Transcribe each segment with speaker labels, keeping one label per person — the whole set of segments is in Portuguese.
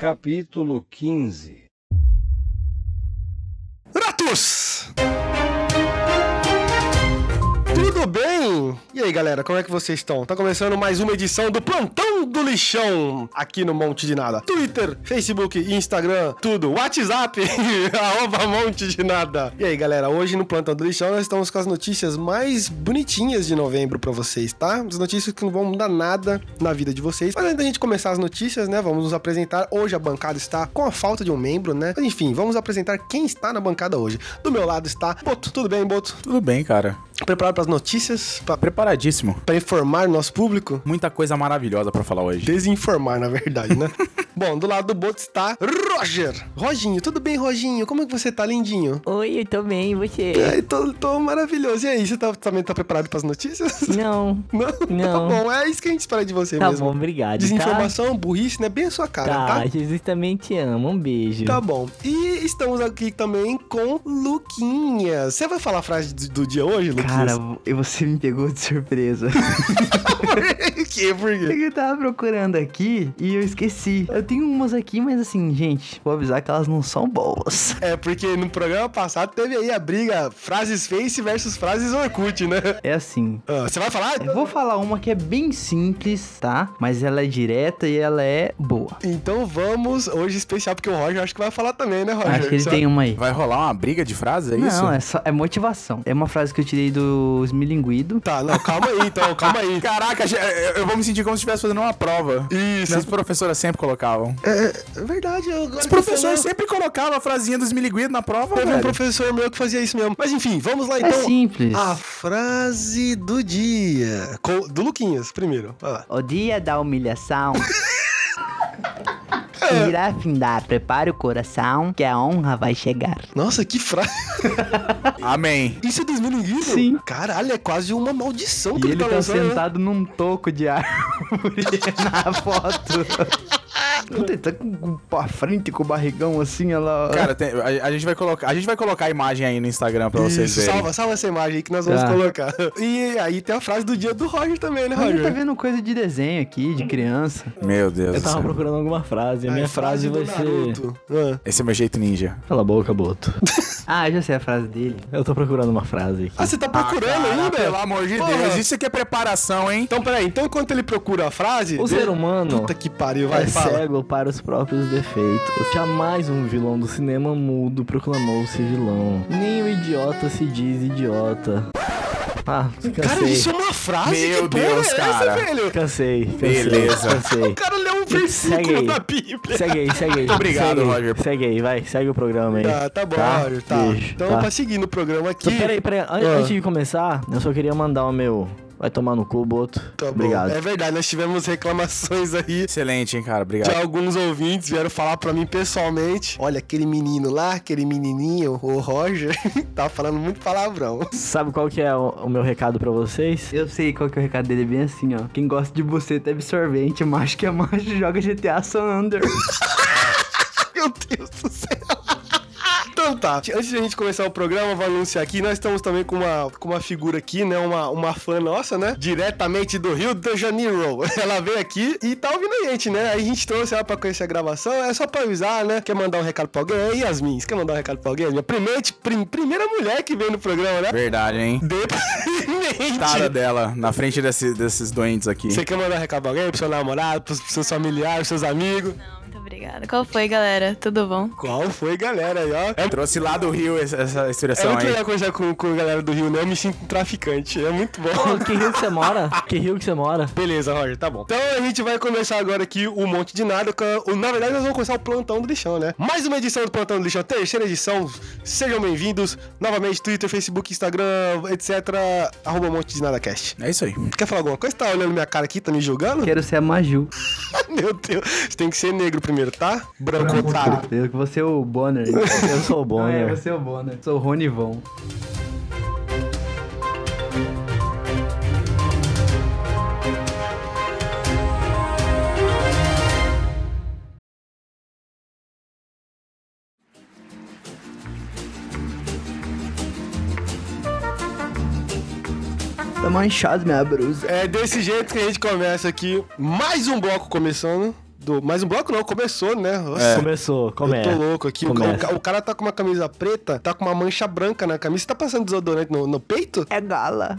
Speaker 1: Capítulo 15
Speaker 2: Ratus! Tudo bem? E aí, galera, como é que vocês estão? Tá começando mais uma edição do Plantão do Lixão aqui no Monte de Nada. Twitter, Facebook, Instagram, tudo. WhatsApp, arroba Monte de Nada. E aí, galera, hoje no Plantão do Lixão nós estamos com as notícias mais bonitinhas de novembro pra vocês, tá? As notícias que não vão mudar nada na vida de vocês. Mas antes da gente começar as notícias, né, vamos nos apresentar. Hoje a bancada está com a falta de um membro, né? Mas, enfim, vamos apresentar quem está na bancada hoje. Do meu lado está Boto. Tudo bem, Boto?
Speaker 3: Tudo bem, cara.
Speaker 2: Preparado para as notícias? Pra-
Speaker 3: Preparadíssimo.
Speaker 2: Pra informar o nosso público?
Speaker 3: Muita coisa maravilhosa pra falar hoje.
Speaker 2: Desinformar, na verdade, né? Bom, do lado do Boto está Roger. Roginho, tudo bem, Roginho? Como é que você tá, lindinho?
Speaker 4: Oi, eu tô bem, e você?
Speaker 2: Ai, tô, tô maravilhoso. E aí, você tá- também tá preparado pras notícias?
Speaker 4: Não,
Speaker 2: Não?
Speaker 4: Não.
Speaker 2: Tá bom, é isso que a gente espera de você
Speaker 4: tá
Speaker 2: mesmo.
Speaker 4: bom, obrigado.
Speaker 2: Desinformação, burrice, né? Bem a sua cara,
Speaker 4: tá?
Speaker 2: tá?
Speaker 4: Tá, Jesus também te ama, um beijo.
Speaker 2: Tá bom. E estamos aqui também com Luquinhas. Você vai falar a frase do, do dia hoje,
Speaker 5: Cara,
Speaker 2: Luquinhas?
Speaker 5: e você me pegou de surpresa.
Speaker 2: Por quê? Por quê?
Speaker 5: eu tava procurando aqui e eu esqueci. Eu tenho umas aqui, mas assim, gente, vou avisar que elas não são boas.
Speaker 2: É, porque no programa passado teve aí a briga frases Face versus frases Orkut, né?
Speaker 5: É assim.
Speaker 2: Ah, Você vai falar?
Speaker 5: Eu vou falar uma que é bem simples, tá? Mas ela é direta e ela é boa.
Speaker 2: Então vamos hoje especial, porque o Roger acho que vai falar também, né, Roger?
Speaker 5: Acho que ele
Speaker 2: Você-
Speaker 5: tem um- uma aí.
Speaker 3: Vai rolar uma briga de frase, é isso?
Speaker 5: Não, é, só, é motivação. É uma frase que eu tirei do Smilinguido.
Speaker 2: Tá, não, calma aí, então, calma aí.
Speaker 3: Caraca, já- eu eu vou me sentir como se estivesse fazendo uma prova.
Speaker 2: Isso.
Speaker 3: Minhas professoras sempre colocavam.
Speaker 2: É verdade, eu agora
Speaker 3: Os
Speaker 2: que
Speaker 3: professores
Speaker 2: você
Speaker 3: sempre colocavam a frasinha dos miliguidos na prova,
Speaker 2: falou, Teve um
Speaker 3: velho.
Speaker 2: professor meu que fazia isso mesmo. Mas enfim, vamos lá
Speaker 5: É
Speaker 2: então.
Speaker 5: simples.
Speaker 2: a frase do dia. Com- do Luquinhas, primeiro. Vai lá.
Speaker 5: O dia da humilhação.
Speaker 2: É.
Speaker 5: Irá findar, prepare o coração, que a honra vai chegar.
Speaker 2: Nossa, que frase.
Speaker 3: Amém.
Speaker 2: Isso é 2000
Speaker 5: Sim.
Speaker 2: Caralho, é quase uma maldição que
Speaker 5: E ele tá
Speaker 2: lançando, né?
Speaker 5: sentado num toco de árvore na foto. Puta, ele tá com, com pra frente, com o barrigão assim, ela...
Speaker 3: Cara, tem- a, a gente vai colocar, a gente vai colocar a imagem aí no Instagram pra vocês
Speaker 2: Isso,
Speaker 3: verem.
Speaker 2: salva, salva essa imagem aí que nós vamos
Speaker 5: Tá.
Speaker 2: colocar. E aí tem a frase do dia do Roger também, né,
Speaker 5: Mas ele tá
Speaker 2: Roger?
Speaker 5: vendo coisa de desenho aqui, de criança.
Speaker 3: Meu Deus. do
Speaker 4: Eu tava
Speaker 3: céu.
Speaker 4: procurando alguma frase, a minha
Speaker 2: Ai,
Speaker 4: frase vai
Speaker 2: Ah, do
Speaker 4: ser...
Speaker 2: Naruto. Ah.
Speaker 3: Esse é meu jeito ninja.
Speaker 4: Cala a boca, Boto.
Speaker 5: Ah, eu já sei a frase dele.
Speaker 4: Eu tô procurando uma frase aqui.
Speaker 2: Ah, você tá procurando
Speaker 3: Cara,
Speaker 2: ainda?
Speaker 3: Pelo amor de
Speaker 2: Porra.
Speaker 3: Deus, isso aqui é preparação, hein?
Speaker 2: Então, peraí, então enquanto ele procura a frase.
Speaker 4: O ser
Speaker 2: deixa-
Speaker 4: humano
Speaker 2: Puta que pariu, vai,
Speaker 4: é
Speaker 2: fala.
Speaker 4: cego para os próprios defeitos. Jamais um vilão do cinema mudo proclamou-se vilão. Nem o idiota se diz idiota. Ah, cansei.
Speaker 2: Cara, isso é uma frase?
Speaker 3: Meu
Speaker 2: que porra
Speaker 3: Deus,
Speaker 2: é
Speaker 3: cara.
Speaker 2: essa, velho?
Speaker 4: Cansei, cansei.
Speaker 3: Beleza.
Speaker 4: Cansei.
Speaker 2: O cara leu um
Speaker 4: Segue
Speaker 2: versículo
Speaker 4: aí.
Speaker 2: da Bíblia.
Speaker 4: Segue aí, segue aí. Muito
Speaker 3: obrigado,
Speaker 4: segue, aí,
Speaker 3: Roger.
Speaker 4: Segue aí, vai, segue o programa aí.
Speaker 2: Tá, tá bom, Roger, tá.
Speaker 4: Beijo,
Speaker 2: então,
Speaker 4: tá.
Speaker 2: pra seguir no programa aqui.
Speaker 4: Só, peraí, peraí, an-
Speaker 2: Ah.
Speaker 4: antes de começar, eu só queria mandar o meu. Vai tomar no cu, Boto.
Speaker 2: Tá bom.
Speaker 4: Obrigado.
Speaker 2: É verdade, nós tivemos reclamações aí.
Speaker 3: Excelente, hein, cara. Obrigado.
Speaker 2: Já alguns ouvintes vieram falar pra mim pessoalmente. Olha, aquele menino lá, aquele menininho, o Roger, tá falando muito palavrão.
Speaker 4: Sabe qual que é o, o meu recado pra vocês?
Speaker 5: Eu sei qual que é o recado dele, é bem assim, ó. Quem gosta de buceta é absorvente, macho que é macho, joga GTA San Andreas.
Speaker 2: Meu Deus do céu. Então tá, antes de a gente começar o programa, vou anunciar aqui, nós estamos também com uma, com uma figura aqui, né, uma, uma fã nossa, né, diretamente do Rio de Janeiro. Ela veio aqui e tá ouvindo a gente, né, aí a gente trouxe ela pra conhecer a gravação, é só pra avisar, né, quer mandar um recado pra alguém, aí Yasmin, você quer mandar um recado pra alguém? Minha primeira, prim- primeira mulher que veio no programa, né,
Speaker 3: Verdade, hein?
Speaker 2: deprimente.
Speaker 3: Cara dela, na frente desse- desses doentes aqui.
Speaker 2: Você quer mandar um recado pra alguém, pro seu namorado, pros, pros seus familiares, pros seus amigos?
Speaker 6: Não, muito obrigada. Qual foi, galera? Tudo bom?
Speaker 2: Qual foi, galera, aí, ó? É
Speaker 3: Trouxe lá do Rio essa, essa
Speaker 2: É
Speaker 3: expressão
Speaker 2: muito
Speaker 3: aí.
Speaker 2: legal conversar com, com a galera do Rio, né? Eu me sinto um traficante. É muito bom.
Speaker 5: Tá
Speaker 4: Ô, que rio que você mora? Que rio que você mora?
Speaker 2: Beleza, Roger, tá bom. Então a gente vai começar agora aqui um monte de nada. com a- o- Na verdade, nós vamos começar o plantão do lixão, né? Mais uma edição do plantão do lixão, terceira edição. Sejam bem-vindos. Novamente, Twitter, Facebook, Instagram, etc. Arroba um monte de nada cast.
Speaker 3: É isso aí.
Speaker 2: Quer falar alguma coisa? Tá olhando minha cara aqui, tá me julgando?
Speaker 5: Quero ser a Maju.
Speaker 2: Meu Deus, você tem que ser negro primeiro, tá? Branco otário.
Speaker 5: Eu que você é o Bonner.
Speaker 4: Eu sou o
Speaker 5: Não, é,
Speaker 4: Bonner.
Speaker 5: você é o Bonner. Sou o Ronivon. Tá manchado minha brusa.
Speaker 2: É desse jeito que a gente começa aqui. Mais um bloco começando. do. Mais um bloco não, começou, né? Nossa,
Speaker 4: É. Começou,
Speaker 2: Eu
Speaker 4: começa.
Speaker 5: é.
Speaker 2: tô louco aqui. O,
Speaker 4: Começa.
Speaker 2: ca- o cara tá com uma camisa preta, tá com uma mancha branca na camisa. Você tá passando desodorante no, no peito?
Speaker 5: É gala.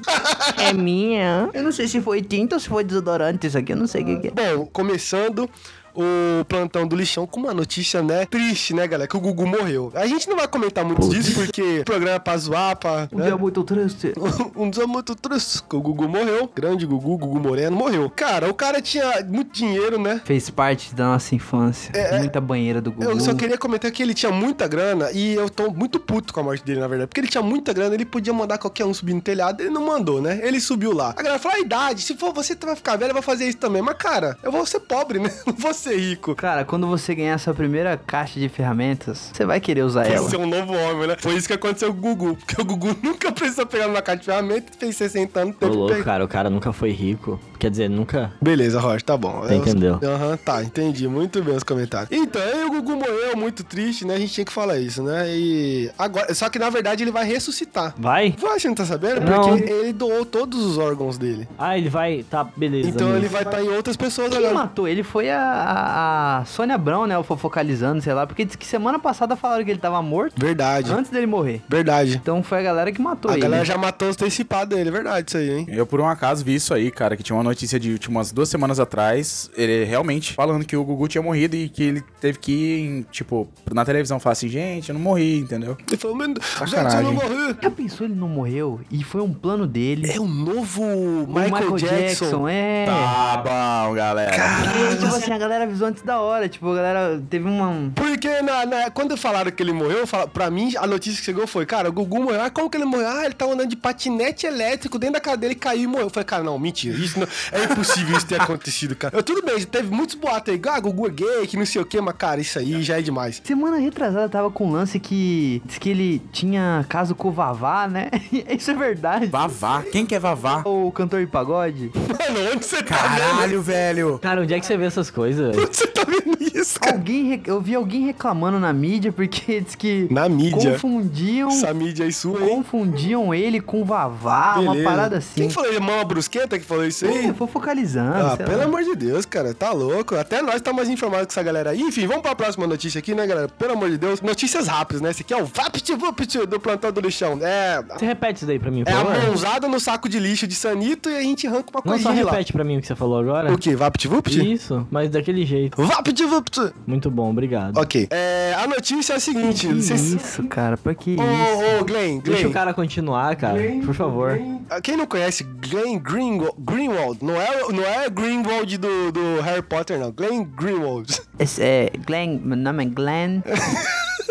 Speaker 6: É minha.
Speaker 5: Eu não sei se foi tinta ou se foi desodorante isso aqui, eu não sei o que, que é.
Speaker 2: Bom, começando o plantão do lixão com uma notícia, né? Triste, né, galera? Que o Gugu morreu. A gente não vai comentar muito disso, porque o programa é pra zoar, pra... né?
Speaker 5: Um dia muito triste.
Speaker 2: um dos muito triste. que O Gugu morreu. Grande Gugu, Gugu Moreno, morreu. Cara, o cara tinha muito dinheiro, né?
Speaker 5: Fez parte da nossa infância.
Speaker 2: é
Speaker 5: Muita banheira do Gugu.
Speaker 4: Uhum.
Speaker 2: Eu só queria comentar que ele tinha muita grana e eu tô muito puto com a morte dele, na verdade. Porque ele tinha muita grana, ele podia mandar qualquer um subir no telhado, ele não mandou, né? Ele subiu lá. A galera falou: a idade, se for você vai ficar velho, vai fazer isso também. Mas, cara, eu vou ser pobre, né? Não vou ser rico.
Speaker 5: Cara, quando você ganhar sua primeira caixa de ferramentas, você vai querer usar
Speaker 2: Vai
Speaker 5: ela.
Speaker 2: ser um novo homem, né? Foi isso que aconteceu com o Gugu. Porque o Gugu nunca precisou pegar numa caixa de ferramenta, fez 60 anos,
Speaker 4: Ô,
Speaker 2: teve que
Speaker 4: louco,
Speaker 2: pegar.
Speaker 4: cara, o cara nunca foi rico. Quer dizer, nunca.
Speaker 2: Beleza, Roger, tá bom.
Speaker 4: Você
Speaker 2: Eu-
Speaker 4: entendeu.
Speaker 2: Aham, tá, entendi. Muito bem os comentários. Então, aí o Gugu morreu, muito triste, né? A gente tinha que falar isso, né? E agora, só que na verdade ele vai ressuscitar.
Speaker 4: Vai?
Speaker 2: Vai, Você não tá sabendo?
Speaker 4: Não.
Speaker 2: Porque ele doou todos os órgãos dele.
Speaker 4: Ah, ele vai. Tá, beleza.
Speaker 2: Então ele
Speaker 4: amigo.
Speaker 2: vai estar em outras pessoas
Speaker 5: Quem
Speaker 2: agora.
Speaker 5: matou ele foi a, a, a Sônia Brown, né? O fofocalizando, sei lá. Porque disse que semana passada falaram que ele tava morto
Speaker 2: Verdade.
Speaker 5: antes dele morrer.
Speaker 2: Verdade.
Speaker 5: Então foi a galera que matou
Speaker 2: A
Speaker 5: ele.
Speaker 2: galera já matou os antecipados dele, verdade isso aí, hein?
Speaker 3: Eu, por um acaso, vi isso aí, cara, que tinha uma notícia de tipo, umas duas semanas atrás, ele realmente falando que o Gugu tinha morrido e que ele teve que ir, em, tipo, na televisão falar assim, gente, eu não morri, entendeu?
Speaker 2: Ele falou, mano, gente, eu não
Speaker 3: Sacanagem.
Speaker 2: morri.
Speaker 5: Já pensou ele não morreu? E foi um plano dele.
Speaker 2: É o novo
Speaker 5: O
Speaker 2: Michael, Jackson.
Speaker 5: é.
Speaker 3: Tá bom, galera.
Speaker 5: E, tipo assim, a galera avisou antes da hora. Tipo, a galera teve uma.
Speaker 2: Porque na, na- quando falaram que ele morreu, fala, pra mim a notícia que chegou foi: Cara, o Gugu morreu. Ah, como que ele morreu? Ah, ele tava andando de patinete elétrico dentro da casa dele, caiu e morreu. Eu falei: Cara, não, mentira. Isso não, é impossível isso ter acontecido, cara. Eu, tudo bem, teve muitos boatos aí. Ah, Gugu é gay, que não sei o que, mas cara, isso aí já é demais.
Speaker 5: Semana retrasada tava com um lance que. Diz que ele tinha caso com o Vavá, né? Isso é verdade.
Speaker 3: Vavá. Quem que é Vavá?
Speaker 5: O cantor de pagode.
Speaker 2: Mano, onde você tá vendo?
Speaker 3: Caralho, velho.
Speaker 4: Cara, onde é que você vê essas coisas? velho?
Speaker 2: Onde você tá vendo isso, cara?
Speaker 5: Alguém re- Eu vi alguém reclamando na mídia porque diz que
Speaker 2: Na mídia.
Speaker 5: confundiam.
Speaker 2: Essa mídia aí sua, hein?
Speaker 5: Confundiam ele com o Vavá, uma
Speaker 2: Beleza.
Speaker 5: parada assim.
Speaker 2: Quem falou ele? Mama Brusqueta que falou isso aí?
Speaker 5: É, foi focalizando.
Speaker 2: Ah,
Speaker 5: sei
Speaker 2: pelo
Speaker 5: lá.
Speaker 2: amor de Deus, cara, tá louco. Até nós estamos mais informados que essa galera aí. Enfim, vamos pra próxima notícia aqui, né, galera? Pelo amor de Deus. Notícias rápidas, né? Esse aqui é o Vapt Vupt do plantão do lixão. É.
Speaker 4: Você repete isso daí pra mim, por
Speaker 2: É a
Speaker 4: favor?
Speaker 2: mãozada no saco de lixo de sanito e a gente arranca uma
Speaker 4: Não, só
Speaker 2: coisinha de lá.
Speaker 4: repete pra mim o que você falou
Speaker 5: né?
Speaker 4: agora.
Speaker 2: O que? Vapt Vupt?
Speaker 4: Isso, mas daquele jeito.
Speaker 2: Vapt Vupt!
Speaker 4: Muito bom, obrigado.
Speaker 2: Ok. É, a notícia é a seguinte.
Speaker 5: Que
Speaker 2: vocês-
Speaker 5: isso, cara? Pra que isso?
Speaker 2: Ô, ô, Glenn,
Speaker 4: Deixa
Speaker 2: Glenn.
Speaker 4: o cara continuar, cara. por favor.
Speaker 2: Ah, Quem não conhece Glenn Greenwald, Greenwald não é, não é Greenwald do, do Harry Potter, não. Glenn Greenwald.
Speaker 5: Esse é Glenn, meu nome é Glenn.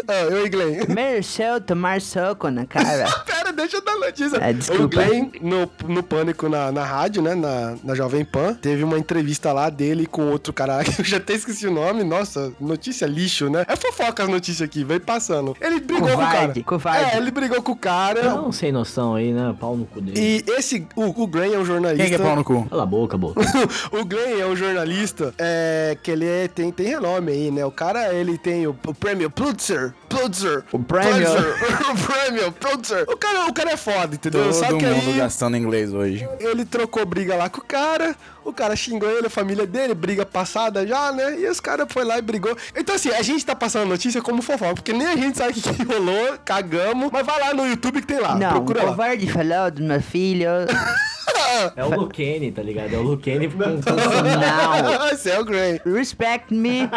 Speaker 2: Ah, eu e Glenn.
Speaker 5: Marcel, tomar soco na cara.
Speaker 2: Pera, deixa eu dar notícia.
Speaker 5: É, desculpa.
Speaker 2: O Glenn, no, no Pânico, na, na rádio, né, na, na Jovem Pan, teve uma entrevista lá dele com outro cara, que eu já até esqueci o nome, nossa, notícia lixo, né? É fofoca as notícias aqui, vem passando. Ele brigou
Speaker 5: Covarde,
Speaker 2: com o cara.
Speaker 5: covarde.
Speaker 2: É, ele brigou com o cara.
Speaker 4: Não, sem noção aí, né? Pau no cu dele.
Speaker 2: então. E esse, o, o Glenn é um jornalista.
Speaker 3: Quem que é pau no cu?
Speaker 4: Cala a boca, boca.
Speaker 2: o Glenn é um jornalista é, que ele é- tem, tem renome aí, né? O cara, ele tem o, o prêmio Pulitzer, Pulitzer, o
Speaker 5: prêmio.
Speaker 2: o prêmio Pulitzer. O cara, o cara é foda, entendeu?
Speaker 3: Todo
Speaker 2: Só que
Speaker 3: mundo
Speaker 2: aí
Speaker 3: gastando inglês hoje.
Speaker 2: ele trocou briga lá com o cara, o cara xingou ele, a família dele, briga passada já, né? E os caras foi lá e brigou. Então assim, a gente tá passando a notícia como fofoca, porque nem a gente sabe o que, que rolou, cagamos, mas vai lá no YouTube que tem lá,
Speaker 5: Não,
Speaker 2: Ah,
Speaker 5: um
Speaker 2: procura lá.
Speaker 5: covarde falou do meu filho.
Speaker 4: É o Lucene, tá ligado? É o Lucene com
Speaker 5: Não.
Speaker 2: Esse é o Glenn.
Speaker 5: Respect me.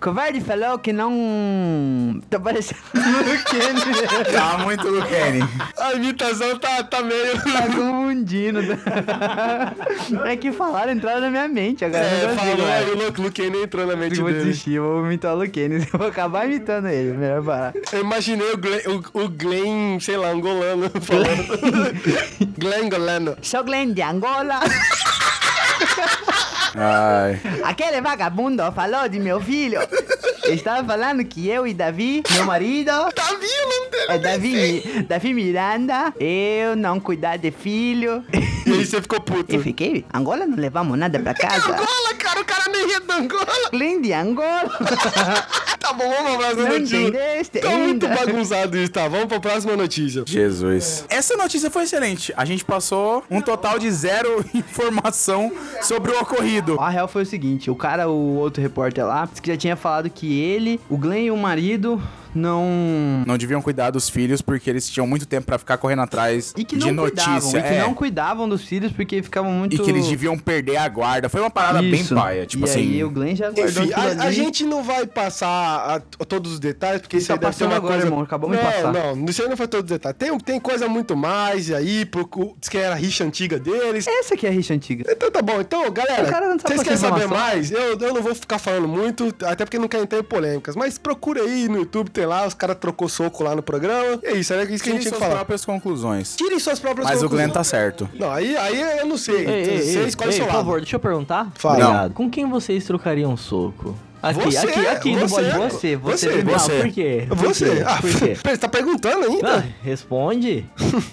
Speaker 5: covarde falou que não. Tá parecendo o Kenny.
Speaker 3: Tá muito do Kenny.
Speaker 2: A imitação tá, tá meio...
Speaker 5: Tá confundindo. é que falaram, entraram na minha mente agora.
Speaker 2: É,
Speaker 5: não consigo
Speaker 2: falou,
Speaker 5: mais.
Speaker 2: aí o Luke, Luke nem entrou na mente
Speaker 5: Eu vou
Speaker 2: dele.
Speaker 5: desistir, eu vou imitar o Luquene. Eu vou acabar imitando ele, melhor parar.
Speaker 2: Eu imaginei o Glenn, o, o Glenn, sei lá, angolano falando. Glenn Golano.
Speaker 5: Sou Glenn de Angola.
Speaker 3: Ai.
Speaker 5: Aquele vagabundo falou de meu filho. Estava falando que eu e Davi, meu marido,
Speaker 2: Davi é o nome dele.
Speaker 5: é Davi, Mi- Davi Miranda, eu não cuidar de filho.
Speaker 2: E aí você ficou puto.
Speaker 5: E fiquei, Angola não levamos nada pra casa.
Speaker 2: Angola, cara, o cara nem é da Angola.
Speaker 5: Glenn de Angola.
Speaker 2: Tá Tá bom, vamos pra próxima
Speaker 5: Não
Speaker 2: notícia.
Speaker 5: entendeste
Speaker 2: Tá muito
Speaker 5: ainda.
Speaker 2: bagunçado isso, tá? Vamos pra próxima notícia.
Speaker 3: Jesus. Essa notícia foi excelente. A gente passou um total de zero informação sobre o ocorrido.
Speaker 5: A real foi o seguinte, o cara, o outro repórter lá, disse que já tinha falado que ele, o Glenn e o marido não...
Speaker 3: Não deviam cuidar dos filhos porque eles tinham muito tempo pra ficar correndo atrás
Speaker 5: E que
Speaker 3: de
Speaker 5: não
Speaker 3: notícia.
Speaker 5: cuidavam, e que
Speaker 3: é.
Speaker 5: não cuidavam dos filhos porque ficavam muito...
Speaker 3: E que eles deviam perder a guarda. Foi uma parada
Speaker 5: Isso.
Speaker 3: bem paia, tipo
Speaker 5: e
Speaker 3: assim.
Speaker 5: aí o Glenn já guardou
Speaker 2: Enfim,
Speaker 5: aquilo
Speaker 2: a, a
Speaker 5: ali.
Speaker 2: gente não vai passar a- a todos os detalhes, porque isso
Speaker 5: Tá
Speaker 2: aí deve ser
Speaker 5: passando
Speaker 2: uma
Speaker 5: agora,
Speaker 2: coisa...
Speaker 5: irmão, acabamos de
Speaker 2: não,
Speaker 5: passar.
Speaker 2: Não, não, isso aí não foi todos os detalhes. Tem, tem coisa muito mais aí, porque o- diz que era a rixa antiga deles.
Speaker 5: Essa aqui é a rixa antiga.
Speaker 2: Então tá bom, então, galera,
Speaker 5: O cara não sabe
Speaker 2: vocês
Speaker 5: passar
Speaker 2: querem saber
Speaker 5: informação.
Speaker 2: mais? Eu, eu não vou ficar falando muito, até porque não quero entrar em polêmicas, mas procura aí no YouTube, tem lá, os caras trocou soco lá no programa. E é isso, era isso que a
Speaker 3: Tirem
Speaker 2: gente tinha que
Speaker 3: suas
Speaker 2: falar.
Speaker 3: próprias conclusões.
Speaker 2: Tirem suas próprias
Speaker 3: Mas o Glenn
Speaker 2: conclusões.
Speaker 3: tá certo.
Speaker 2: Não, aí, aí eu não sei.
Speaker 4: Ei, ei,
Speaker 2: você
Speaker 4: ei,
Speaker 2: escolhe o
Speaker 4: ei,
Speaker 2: seu
Speaker 4: por
Speaker 2: lado.
Speaker 4: favor, deixa eu perguntar.
Speaker 2: Fala.
Speaker 4: Obrigado. Com quem vocês trocariam um soco? Aqui,
Speaker 2: Você,
Speaker 4: aqui, aqui, no
Speaker 2: você,
Speaker 4: bode.
Speaker 5: Você, você,
Speaker 2: Você,
Speaker 5: você.
Speaker 4: Não,
Speaker 3: é
Speaker 4: é
Speaker 3: você.
Speaker 4: por quê? Por
Speaker 2: Você.
Speaker 4: quê?
Speaker 2: Ah,
Speaker 4: Por quê?
Speaker 2: pera, você tá perguntando
Speaker 4: Ah,
Speaker 2: ainda?
Speaker 4: responde.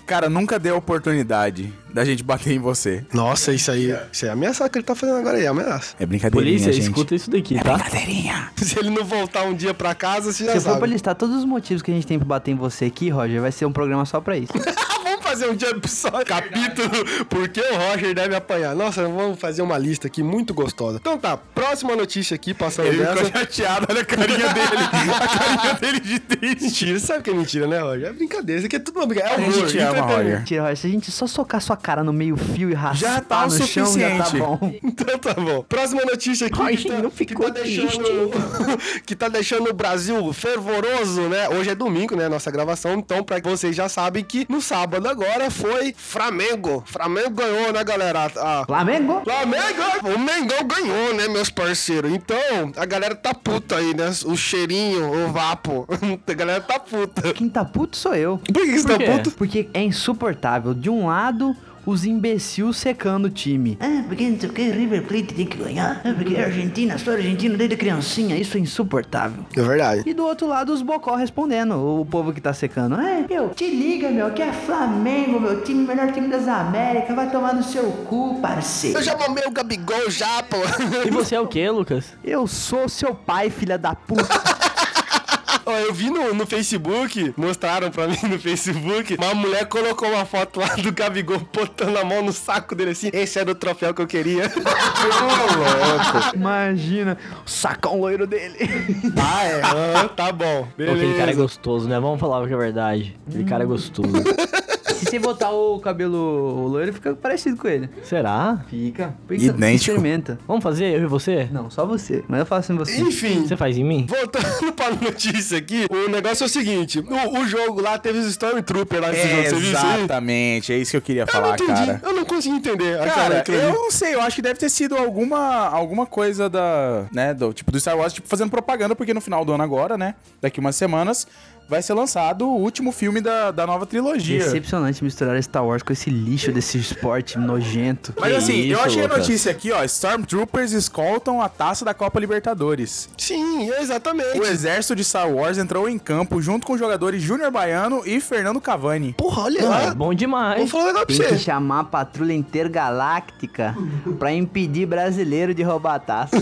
Speaker 3: Cara, nunca deu oportunidade da gente bater em você.
Speaker 2: Nossa, isso aí, isso aí é ameaça que ele tá fazendo agora aí, é ameaça.
Speaker 3: É brincadeirinha,
Speaker 4: Polícia,
Speaker 3: gente.
Speaker 4: escuta isso daqui, tá?
Speaker 3: Brincadeirinha.
Speaker 2: Se ele não voltar um dia pra casa, você já
Speaker 5: Se for pra
Speaker 2: sabe.
Speaker 5: listar todos os motivos que a gente tem pra bater em você aqui, Roger, vai ser um programa só pra isso.
Speaker 2: Ah, vamos fazer um dia só capítulo Por que o Roger deve apanhar. Nossa, vamos fazer uma lista aqui muito gostosa. Então tá, próxima notícia aqui, passando
Speaker 3: Ele ficou
Speaker 2: dessa.
Speaker 3: chateado, olha a carinha dele. a carinha dele de triste.
Speaker 2: Mentira, você sabe que é mentira, né, Roger? É brincadeira, isso aqui é tudo uma brincadeira. É
Speaker 3: A
Speaker 2: humor,
Speaker 3: gente te ama,
Speaker 2: entretenimento.
Speaker 3: Roger.
Speaker 5: Mentira, Roger, se a gente só socar sua cara no meio fio e raspar
Speaker 3: Já tá o
Speaker 5: no chão, já tá
Speaker 3: suficiente.
Speaker 5: bom.
Speaker 2: Então tá bom. Próxima notícia aqui.
Speaker 6: Roger,
Speaker 2: que tá,
Speaker 6: não ficou
Speaker 2: que tá deixando, que tá deixando o Brasil fervoroso, né? Hoje é domingo, né? Nossa gravação. Então, pra que vocês já sabem que no sábado agora foi Flamengo. Flamengo ganhou, né, galera? A-
Speaker 5: Flamengo?
Speaker 2: Flamengo! é, O Mengão ganhou, né, meus parceiros? Então, a galera tá puta aí, né? O cheirinho, o vapo. A galera tá puta.
Speaker 5: Quem tá puto sou eu.
Speaker 2: Por que você
Speaker 4: Por
Speaker 2: tá
Speaker 4: quê?
Speaker 2: puto?
Speaker 5: Porque é insuportável. De um lado, os imbecil secando o time.
Speaker 7: Ah, porque não sei o que, River Plate tem que ganhar. Ah, porque é Argentina, sou argentino desde criancinha.
Speaker 5: Isso é insuportável.
Speaker 2: É verdade.
Speaker 5: E do outro lado, os bocó respondendo. O povo que tá secando. É,
Speaker 7: Meu, te liga, meu, que é Flamengo, meu time, melhor time das Américas. Vai tomar no seu cu, parceiro.
Speaker 2: Eu já mamei o Gabigol já, pô.
Speaker 4: E você é o quê, Lucas?
Speaker 5: eu sou seu pai, filha da puta.
Speaker 2: Ó, eu vi no, no Facebook, mostraram pra mim no Facebook, uma mulher colocou uma foto lá do Gabigol botando a mão no saco dele assim. Esse era o troféu que eu queria.
Speaker 5: Imagina, o sacão loiro dele.
Speaker 2: ah, é? Ah, tá bom.
Speaker 4: Pô, Aquele cara é
Speaker 2: Beleza.
Speaker 4: gostoso, né? Vamos falar que é verdade. Aquele cara é gostoso.
Speaker 5: Se você botar o cabelo loiro, fica parecido com ele.
Speaker 4: Será?
Speaker 5: Fica.
Speaker 3: Idêntico.
Speaker 5: Experimenta.
Speaker 4: Vamos fazer eu e você?
Speaker 5: Não, só você. Mas eu faço em você.
Speaker 2: Enfim.
Speaker 4: é Você faz em mim?
Speaker 2: Voltando pra notícia aqui, o negócio é o seguinte: o, o jogo lá teve os Stormtrooper lá nesse jogo, você viu isso aí?
Speaker 3: É, Exatamente, é isso que eu queria
Speaker 2: Eu não
Speaker 3: falar,
Speaker 2: entendi,
Speaker 3: cara.
Speaker 2: eu não consegui entender.
Speaker 3: Cara,
Speaker 2: aquela-
Speaker 3: eu não sei, eu acho que deve ter sido alguma, alguma coisa da, né, do tipo do Star Wars, tipo fazendo propaganda, porque no final do ano agora, né, daqui umas semanas, vai ser lançado o último filme da, da nova trilogia.
Speaker 5: Decepcionante misturar Star Wars com esse lixo desse esporte nojento.
Speaker 3: Mas
Speaker 4: Que
Speaker 3: assim, eu
Speaker 4: isso,
Speaker 3: achei a
Speaker 4: Lucas.
Speaker 3: notícia aqui, ó, Stormtroopers escoltam a taça da Copa Libertadores.
Speaker 2: Sim, exatamente.
Speaker 3: O exército de Star Wars entrou em campo junto com os jogadores Júnior Baiano e Fernando Cavani.
Speaker 2: Porra, olha
Speaker 4: Ah, é
Speaker 2: lá.
Speaker 4: bom
Speaker 2: Vou
Speaker 4: demais.
Speaker 2: falar um negócio pra
Speaker 5: Tem que
Speaker 2: você.
Speaker 5: chamar a patrulha intergaláctica pra impedir brasileiro de roubar a taça.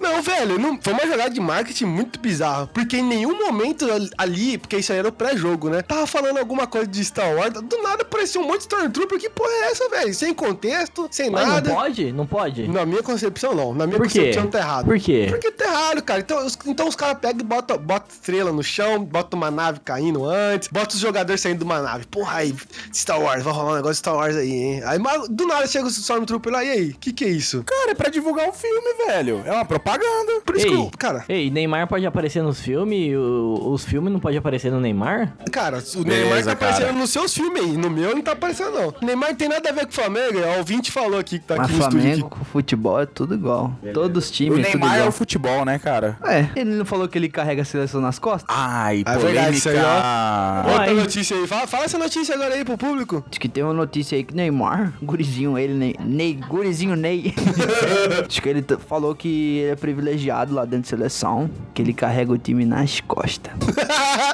Speaker 2: Não, velho, não- foi uma jogada de marketing muito bizarra. Porque em nenhum momento al- ali, porque isso aí era o pré-jogo, né? Tava falando alguma coisa de Star Wars, do nada apareceu um monte de Stormtrooper. Que porra é essa, velho? Sem contexto, sem
Speaker 4: Mas não
Speaker 2: nada.
Speaker 4: pode? Não pode?
Speaker 2: Na minha concepção, não. Na minha
Speaker 4: Por quê?
Speaker 2: concepção tá errado.
Speaker 4: Por quê?
Speaker 2: Porque tá errado, cara. Então os, então os caras pegam e botam bota estrela no chão, botam uma nave caindo antes, botam os jogadores saindo de uma nave. Porra, aí, Star Wars, vai rolar um negócio de Star Wars aí, hein? Aí mas, do nada chega o Stormtrooper lá, e aí? Que que é isso?
Speaker 3: Cara, é pra divulgar o filme, velho. É uma propaganda.
Speaker 2: Por isso que eu, cara,
Speaker 4: Ei, Neymar pode aparecer nos filmes? e o- Os filmes não podem aparecer no Neymar?
Speaker 2: Cara, o Neymar
Speaker 3: Beleza,
Speaker 2: tá aparecendo
Speaker 3: cara.
Speaker 2: nos seus filmes aí. No meu não tá aparecendo, não. O Neymar não tem nada a ver com o Flamengo. é, O ouvinte falou aqui que tá
Speaker 5: Mas
Speaker 2: aqui no estúdio.
Speaker 5: Flamengo,
Speaker 2: Aqui.
Speaker 5: com futebol, é tudo igual. Todos os
Speaker 3: O
Speaker 5: times, é tudo
Speaker 3: Neymar é
Speaker 5: igual.
Speaker 3: o futebol, né, cara?
Speaker 5: É, ele não falou que ele carrega a seleção nas costas?
Speaker 3: Ai,
Speaker 2: É verdade, isso aí,
Speaker 3: polêmica.
Speaker 2: Outra
Speaker 4: Uai.
Speaker 2: notícia aí. Fala, fala essa notícia agora aí pro público.
Speaker 5: Diz que tem uma notícia aí que Neymar, gurizinho ele, Ney, Ney gurizinho Ney. Diz que ele t- falou que ele é privilegiado lá dentro da seleção, que ele carrega o time nas costas.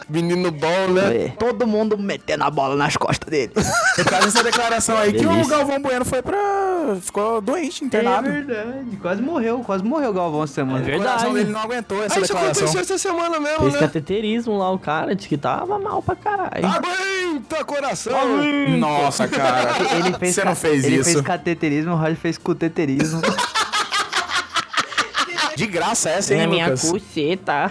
Speaker 2: Menino bom, né?
Speaker 5: É, todo mundo metendo a bola nas costas dele.
Speaker 3: Por causa dessa tá declaração aí que o
Speaker 4: Delícia.
Speaker 3: Galvão Bueno foi pra ficou doente, internado.
Speaker 5: É verdade. Quase morreu, quase morreu o Galvão essa semana.
Speaker 3: o coração dele não aguentou
Speaker 2: Ah,
Speaker 3: essa
Speaker 2: isso
Speaker 3: declaração.
Speaker 2: aconteceu essa semana mesmo,
Speaker 4: Fez
Speaker 2: né? Ah,
Speaker 4: cateterismo lá, o cara disse que tava mal pra caralho.
Speaker 2: Aguenta, coração!
Speaker 3: Nossa, cara.
Speaker 5: Ele fez
Speaker 3: Você não
Speaker 5: ca-
Speaker 3: fez
Speaker 5: ele
Speaker 3: isso.
Speaker 5: fez cateterismo, o Roger fez cuteterismo.
Speaker 3: De graça essa,
Speaker 4: é
Speaker 6: Na
Speaker 3: hein,
Speaker 6: minha
Speaker 3: Lucas?
Speaker 6: cuceta.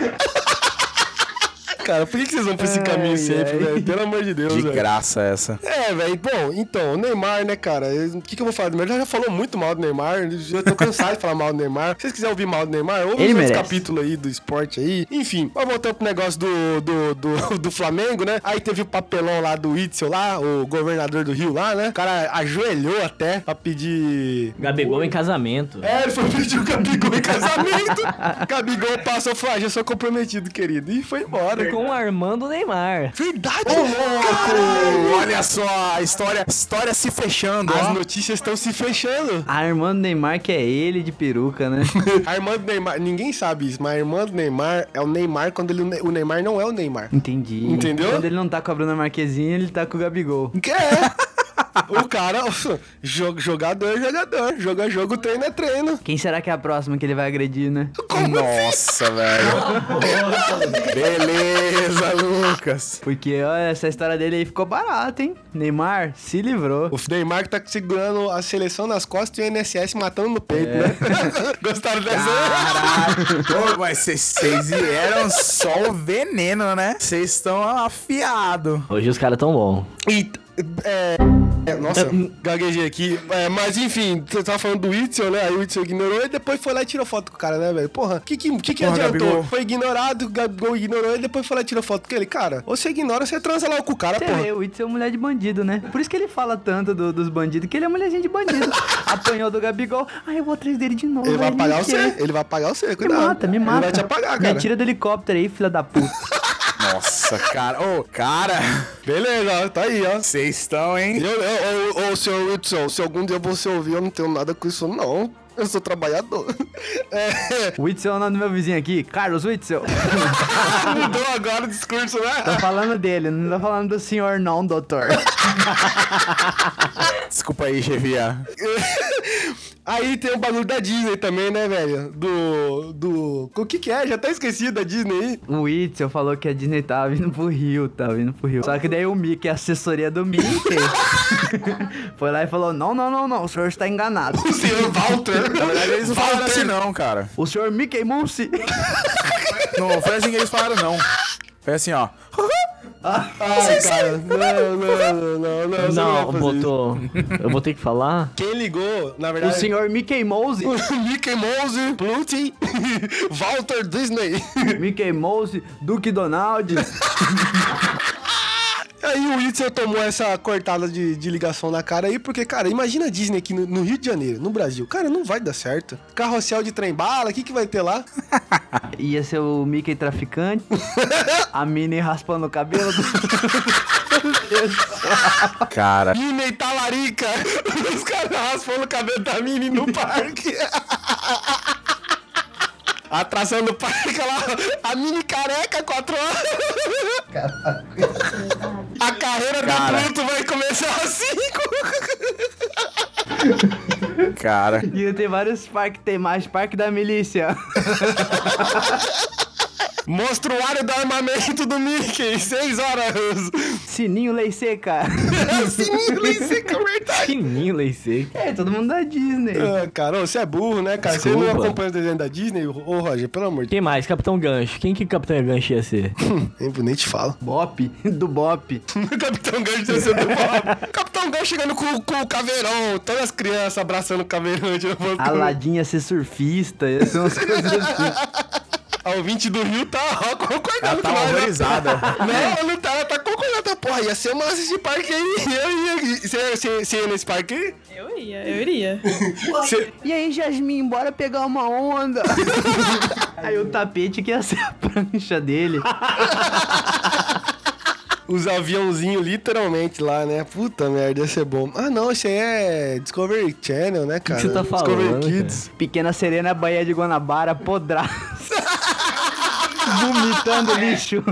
Speaker 2: Cara, por que que vocês vão pra esse caminho sempre, velho? Pelo amor de Deus,
Speaker 3: De
Speaker 2: velho.
Speaker 3: graça essa.
Speaker 2: É, velho. Bom, então, o Neymar, né, cara? O que, que eu vou falar do Neymar? Ele já falou muito mal do Neymar. Eu já tô cansado de falar mal do Neymar. Se vocês quiserem ouvir mal do Neymar, ouve
Speaker 5: Ele
Speaker 2: os outros
Speaker 5: merece.
Speaker 2: capítulos aí do esporte aí. Enfim, mas voltando pro negócio do, do, do, do Flamengo, né? Aí teve o papelão lá do Itzel lá, o governador do Rio lá, né? O cara ajoelhou até pra pedir
Speaker 8: Gabigol em casamento.
Speaker 2: é, ele foi pedir o Gabigol em casamento. Gabigol passou e falou: ah, já sou comprometido, querido. E foi embora.
Speaker 4: Com o Armando Neymar.
Speaker 2: Verdade,
Speaker 3: Ô, Olha só, a história, história se fechando,
Speaker 2: As
Speaker 3: ó.
Speaker 2: notícias estão se fechando.
Speaker 5: Armando Neymar, que é ele de peruca, né?
Speaker 2: A irmã do Neymar, ninguém sabe isso, mas a irmã do Neymar é o Neymar quando ele, o Neymar não é o Neymar.
Speaker 5: Entendi.
Speaker 2: Entendeu?
Speaker 5: Quando ele não tá com a Bruna Marquezine, ele tá com o Gabigol.
Speaker 2: Que é? O cara, jo- jogador é jogador. Joga jogo, treino é treino.
Speaker 5: Quem será que é a próxima que ele vai agredir, né?
Speaker 3: Nossa, velho. Beleza, Lucas.
Speaker 5: Porque, olha, essa história dele aí ficou barata, hein? Neymar se livrou.
Speaker 2: O Neymar que tá segurando a seleção nas costas e o INSS matando no peito, né? Gostaram dessa?
Speaker 3: Caralho. Ô, mas vocês- vocês vieram só o veneno, né? Vocês estão afiados.
Speaker 4: Hoje os caras tão bom.
Speaker 2: E, é, é, nossa, gaguejei aqui. É, mas enfim, você tava falando do Itzel, né? Aí o Itzel ignorou e depois foi lá e tirou foto com o cara, né, velho? Porra, o que, que, que, que
Speaker 3: Porra,
Speaker 2: adiantou?
Speaker 3: Gabigol.
Speaker 2: Foi ignorado, o Gabigol ignorou e depois foi lá e tirou foto com ele. Cara, ou você ignora ou você transa lá com o cara,
Speaker 5: Você
Speaker 2: porra.
Speaker 5: vê, o Itzel é mulher de bandido, né? Por isso que ele fala tanto do- dos bandidos, que ele é mulherzinha de bandido. Apanhou do Gabigol, ai eu vou atrás dele de novo.
Speaker 2: Ele vai
Speaker 5: me
Speaker 2: pagar você,
Speaker 5: quer.
Speaker 2: ele vai pagar você,
Speaker 5: né? Me
Speaker 2: cuidado.
Speaker 5: mata, me mata.
Speaker 2: Ele vai te apagar,
Speaker 5: Me
Speaker 2: cara.
Speaker 5: tira do helicóptero aí, filha da puta.
Speaker 3: Nossa, cara. Ô, cara,
Speaker 2: Beleza, ó, tá aí, ó.
Speaker 3: vocês estão, hein?
Speaker 2: Eu, eu, ô, ô, seu Itzel, se algum dia você ouvir, eu não tenho nada com isso, não. Eu sou trabalhador. É,
Speaker 5: O Witzel é o nome do meu vizinho aqui, Carlos Witzel.
Speaker 2: mudou agora o discurso, né?
Speaker 5: Tô falando dele, não tô falando do senhor não, doutor.
Speaker 3: Desculpa aí, Chevia.
Speaker 2: Aí tem o bagulho da Disney também, né, velho? Do. Do. O que que é? Já até esqueci da Disney aí.
Speaker 5: O Witzel falou que a Disney tava vindo pro Rio, tava vindo pro Rio. Só que daí o Mickey, a assessoria do Mickey, foi lá e falou, não, não, não, não, o senhor está enganado.
Speaker 2: O senhor Walter.
Speaker 3: Na verdade, eles não falaram assim, não, cara.
Speaker 5: O senhor Mickey Mouse.
Speaker 3: Não foi assim que eles falaram, não. Foi assim, ó.
Speaker 2: Ai, Ah, cara. Não, não, não, não, não. você
Speaker 4: Não,
Speaker 2: vai fazer isso.
Speaker 4: botou. Eu vou ter que falar?
Speaker 2: Quem ligou, na
Speaker 5: O
Speaker 2: verdade.
Speaker 5: senhor Mickey Mouse.
Speaker 2: o Mickey Mouse, Plutin, Walter Disney.
Speaker 5: Mickey Mouse, Duke Donald.
Speaker 2: Aí o Witzel tomou essa cortada de, de ligação na cara aí, porque, cara, imagina a Disney aqui no, no Rio de Janeiro, no Brasil. Cara, não vai dar certo. Carrossel de trem-bala, o que, que vai ter lá?
Speaker 5: Ia ser o Mickey traficante. A Minnie raspando o cabelo.
Speaker 3: Cara.
Speaker 2: Mina e talarica. Os caras raspam o cabelo da Mini no parque. A Atração do parque, ela, a mini careca, quatro horas. A carreira
Speaker 3: Cara.
Speaker 2: da Pluto vai começar às cinco.
Speaker 3: Cara.
Speaker 5: Ia ter vários parques, tem mais parque da milícia.
Speaker 2: Monstruário do armamento do Mickey, seis horas.
Speaker 5: Sininho Lei Seca.
Speaker 2: Sininho, nem sei como é verdade.
Speaker 4: Fininho, lei seca.
Speaker 5: É, todo mundo da Disney.
Speaker 2: Ah, Cara, ô, você é burro, né, cara? Você não
Speaker 4: Desculpa.
Speaker 2: acompanha o desenho da Disney? Ô, Roger, pelo amor de
Speaker 4: Quem mais? Capitão Gancho. Quem que Capitão Gancho ia ser?
Speaker 2: Deus, nem te falo.
Speaker 5: Bop, do Bop.
Speaker 2: Capitão Gancho descendo do palco. Capitão Gancho chegando com, com o caveirão. Todas as crianças abraçando o caveirão de novo.
Speaker 5: Aladim ia ser surfista, ia ser umas coisas assim.
Speaker 2: A ouvinte do Rio tá ó, concordando
Speaker 3: Ela tá
Speaker 2: com nós, né?
Speaker 3: horrorizada.
Speaker 2: Não, ela não tá, ela tá concordando. tá? Porra, ia ser massa esse parque aí. Eu ia. Você- Você você ia nesse parque aí?
Speaker 6: Eu iria, eu iria.
Speaker 2: Você-
Speaker 5: E aí, Jasmin, bora pegar uma onda. aí o tapete que ia ser a prancha dele.
Speaker 2: Os aviãozinhos literalmente lá, né? Puta merda, ia ser bom. Ah, não, isso aí é Discovery Channel, né, cara?
Speaker 4: você tá
Speaker 2: Discovery
Speaker 4: falando,
Speaker 2: Kids.
Speaker 5: Pequena Serena, Baía de Guanabara, Podraça. Vomitando lixo.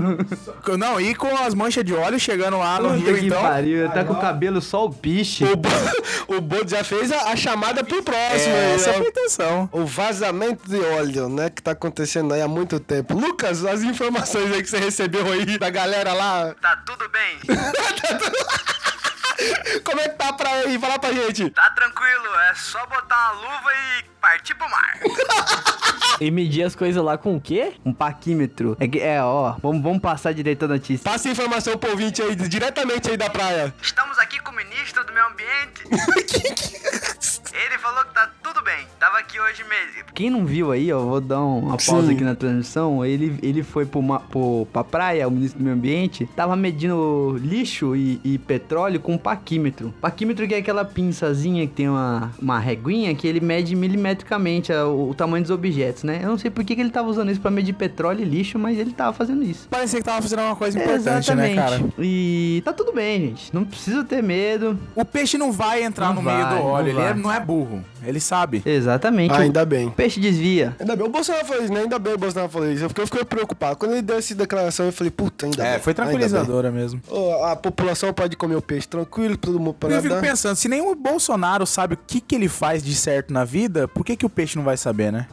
Speaker 3: Não, e com as manchas de óleo chegando lá no
Speaker 5: Puta
Speaker 3: Rio,
Speaker 5: que
Speaker 3: então.
Speaker 5: pariu, tá com o cabelo só o bicho.
Speaker 2: O, Bo- o Boto já fez a, a chamada pro próximo.
Speaker 3: É,
Speaker 2: aí, né?
Speaker 3: essa
Speaker 2: ó.
Speaker 3: foi a intenção.
Speaker 2: O vazamento de óleo, né? Que tá acontecendo aí há muito tempo. Lucas, as informações aí que você recebeu aí da galera lá.
Speaker 8: Tá tudo bem,
Speaker 2: Como é que tá pra aí? Fala pra gente.
Speaker 8: tá tranquilo, é só botar uma luva e partir pro mar.
Speaker 4: E medir as coisas lá com o quê?
Speaker 5: Um paquímetro. É, que- é, ó, vamos, vamos passar direito a notícia.
Speaker 2: Passa informação pro ouvinte aí, diretamente aí da praia.
Speaker 8: Estamos aqui com o ministro do meio ambiente. Ele falou que tá tudo bem. Tava aqui hoje mesmo.
Speaker 5: Quem não viu aí, ó, vou dar uma pausa aqui na transmissão. Ele, ele foi pro, ma- pro, pra praia, o ministro do meio ambiente, tava medindo lixo e, e petróleo com um paquímetro. Paquímetro que é aquela pinçazinha que tem uma, uma reguinha que ele mede milimetricamente a- o, o tamanho dos objetos, né? Eu não sei por que, que ele tava usando isso pra medir petróleo e lixo, mas ele tava fazendo isso.
Speaker 3: Parecia que tava fazendo uma coisa importante, né, cara?
Speaker 5: E tá tudo bem, gente. Não precisa ter medo.
Speaker 3: O peixe não vai entrar
Speaker 5: Não
Speaker 3: no
Speaker 5: vai,
Speaker 3: meio do
Speaker 5: não
Speaker 3: óleo, ele é-
Speaker 5: vai.
Speaker 3: não é burro. Ele sabe.
Speaker 5: Exatamente.
Speaker 2: Ah,
Speaker 5: O
Speaker 2: ainda bem.
Speaker 5: Peixe desvia.
Speaker 2: Ainda bem, o Bolsonaro falou isso, né? Ainda bem o Bolsonaro falou isso. Eu fiquei, eu fiquei preocupado. Quando ele deu essa declaração, eu falei, puta, ainda bem.
Speaker 3: É, foi
Speaker 2: ainda bem.
Speaker 3: tranquilizadora mesmo.
Speaker 2: Ô, a população pode comer o peixe tranquilo, todo mundo para
Speaker 3: Eu fico
Speaker 2: nadar.
Speaker 3: pensando, se nem o Bolsonaro sabe o que, que ele faz de certo na vida, por que, que o peixe não vai saber, né?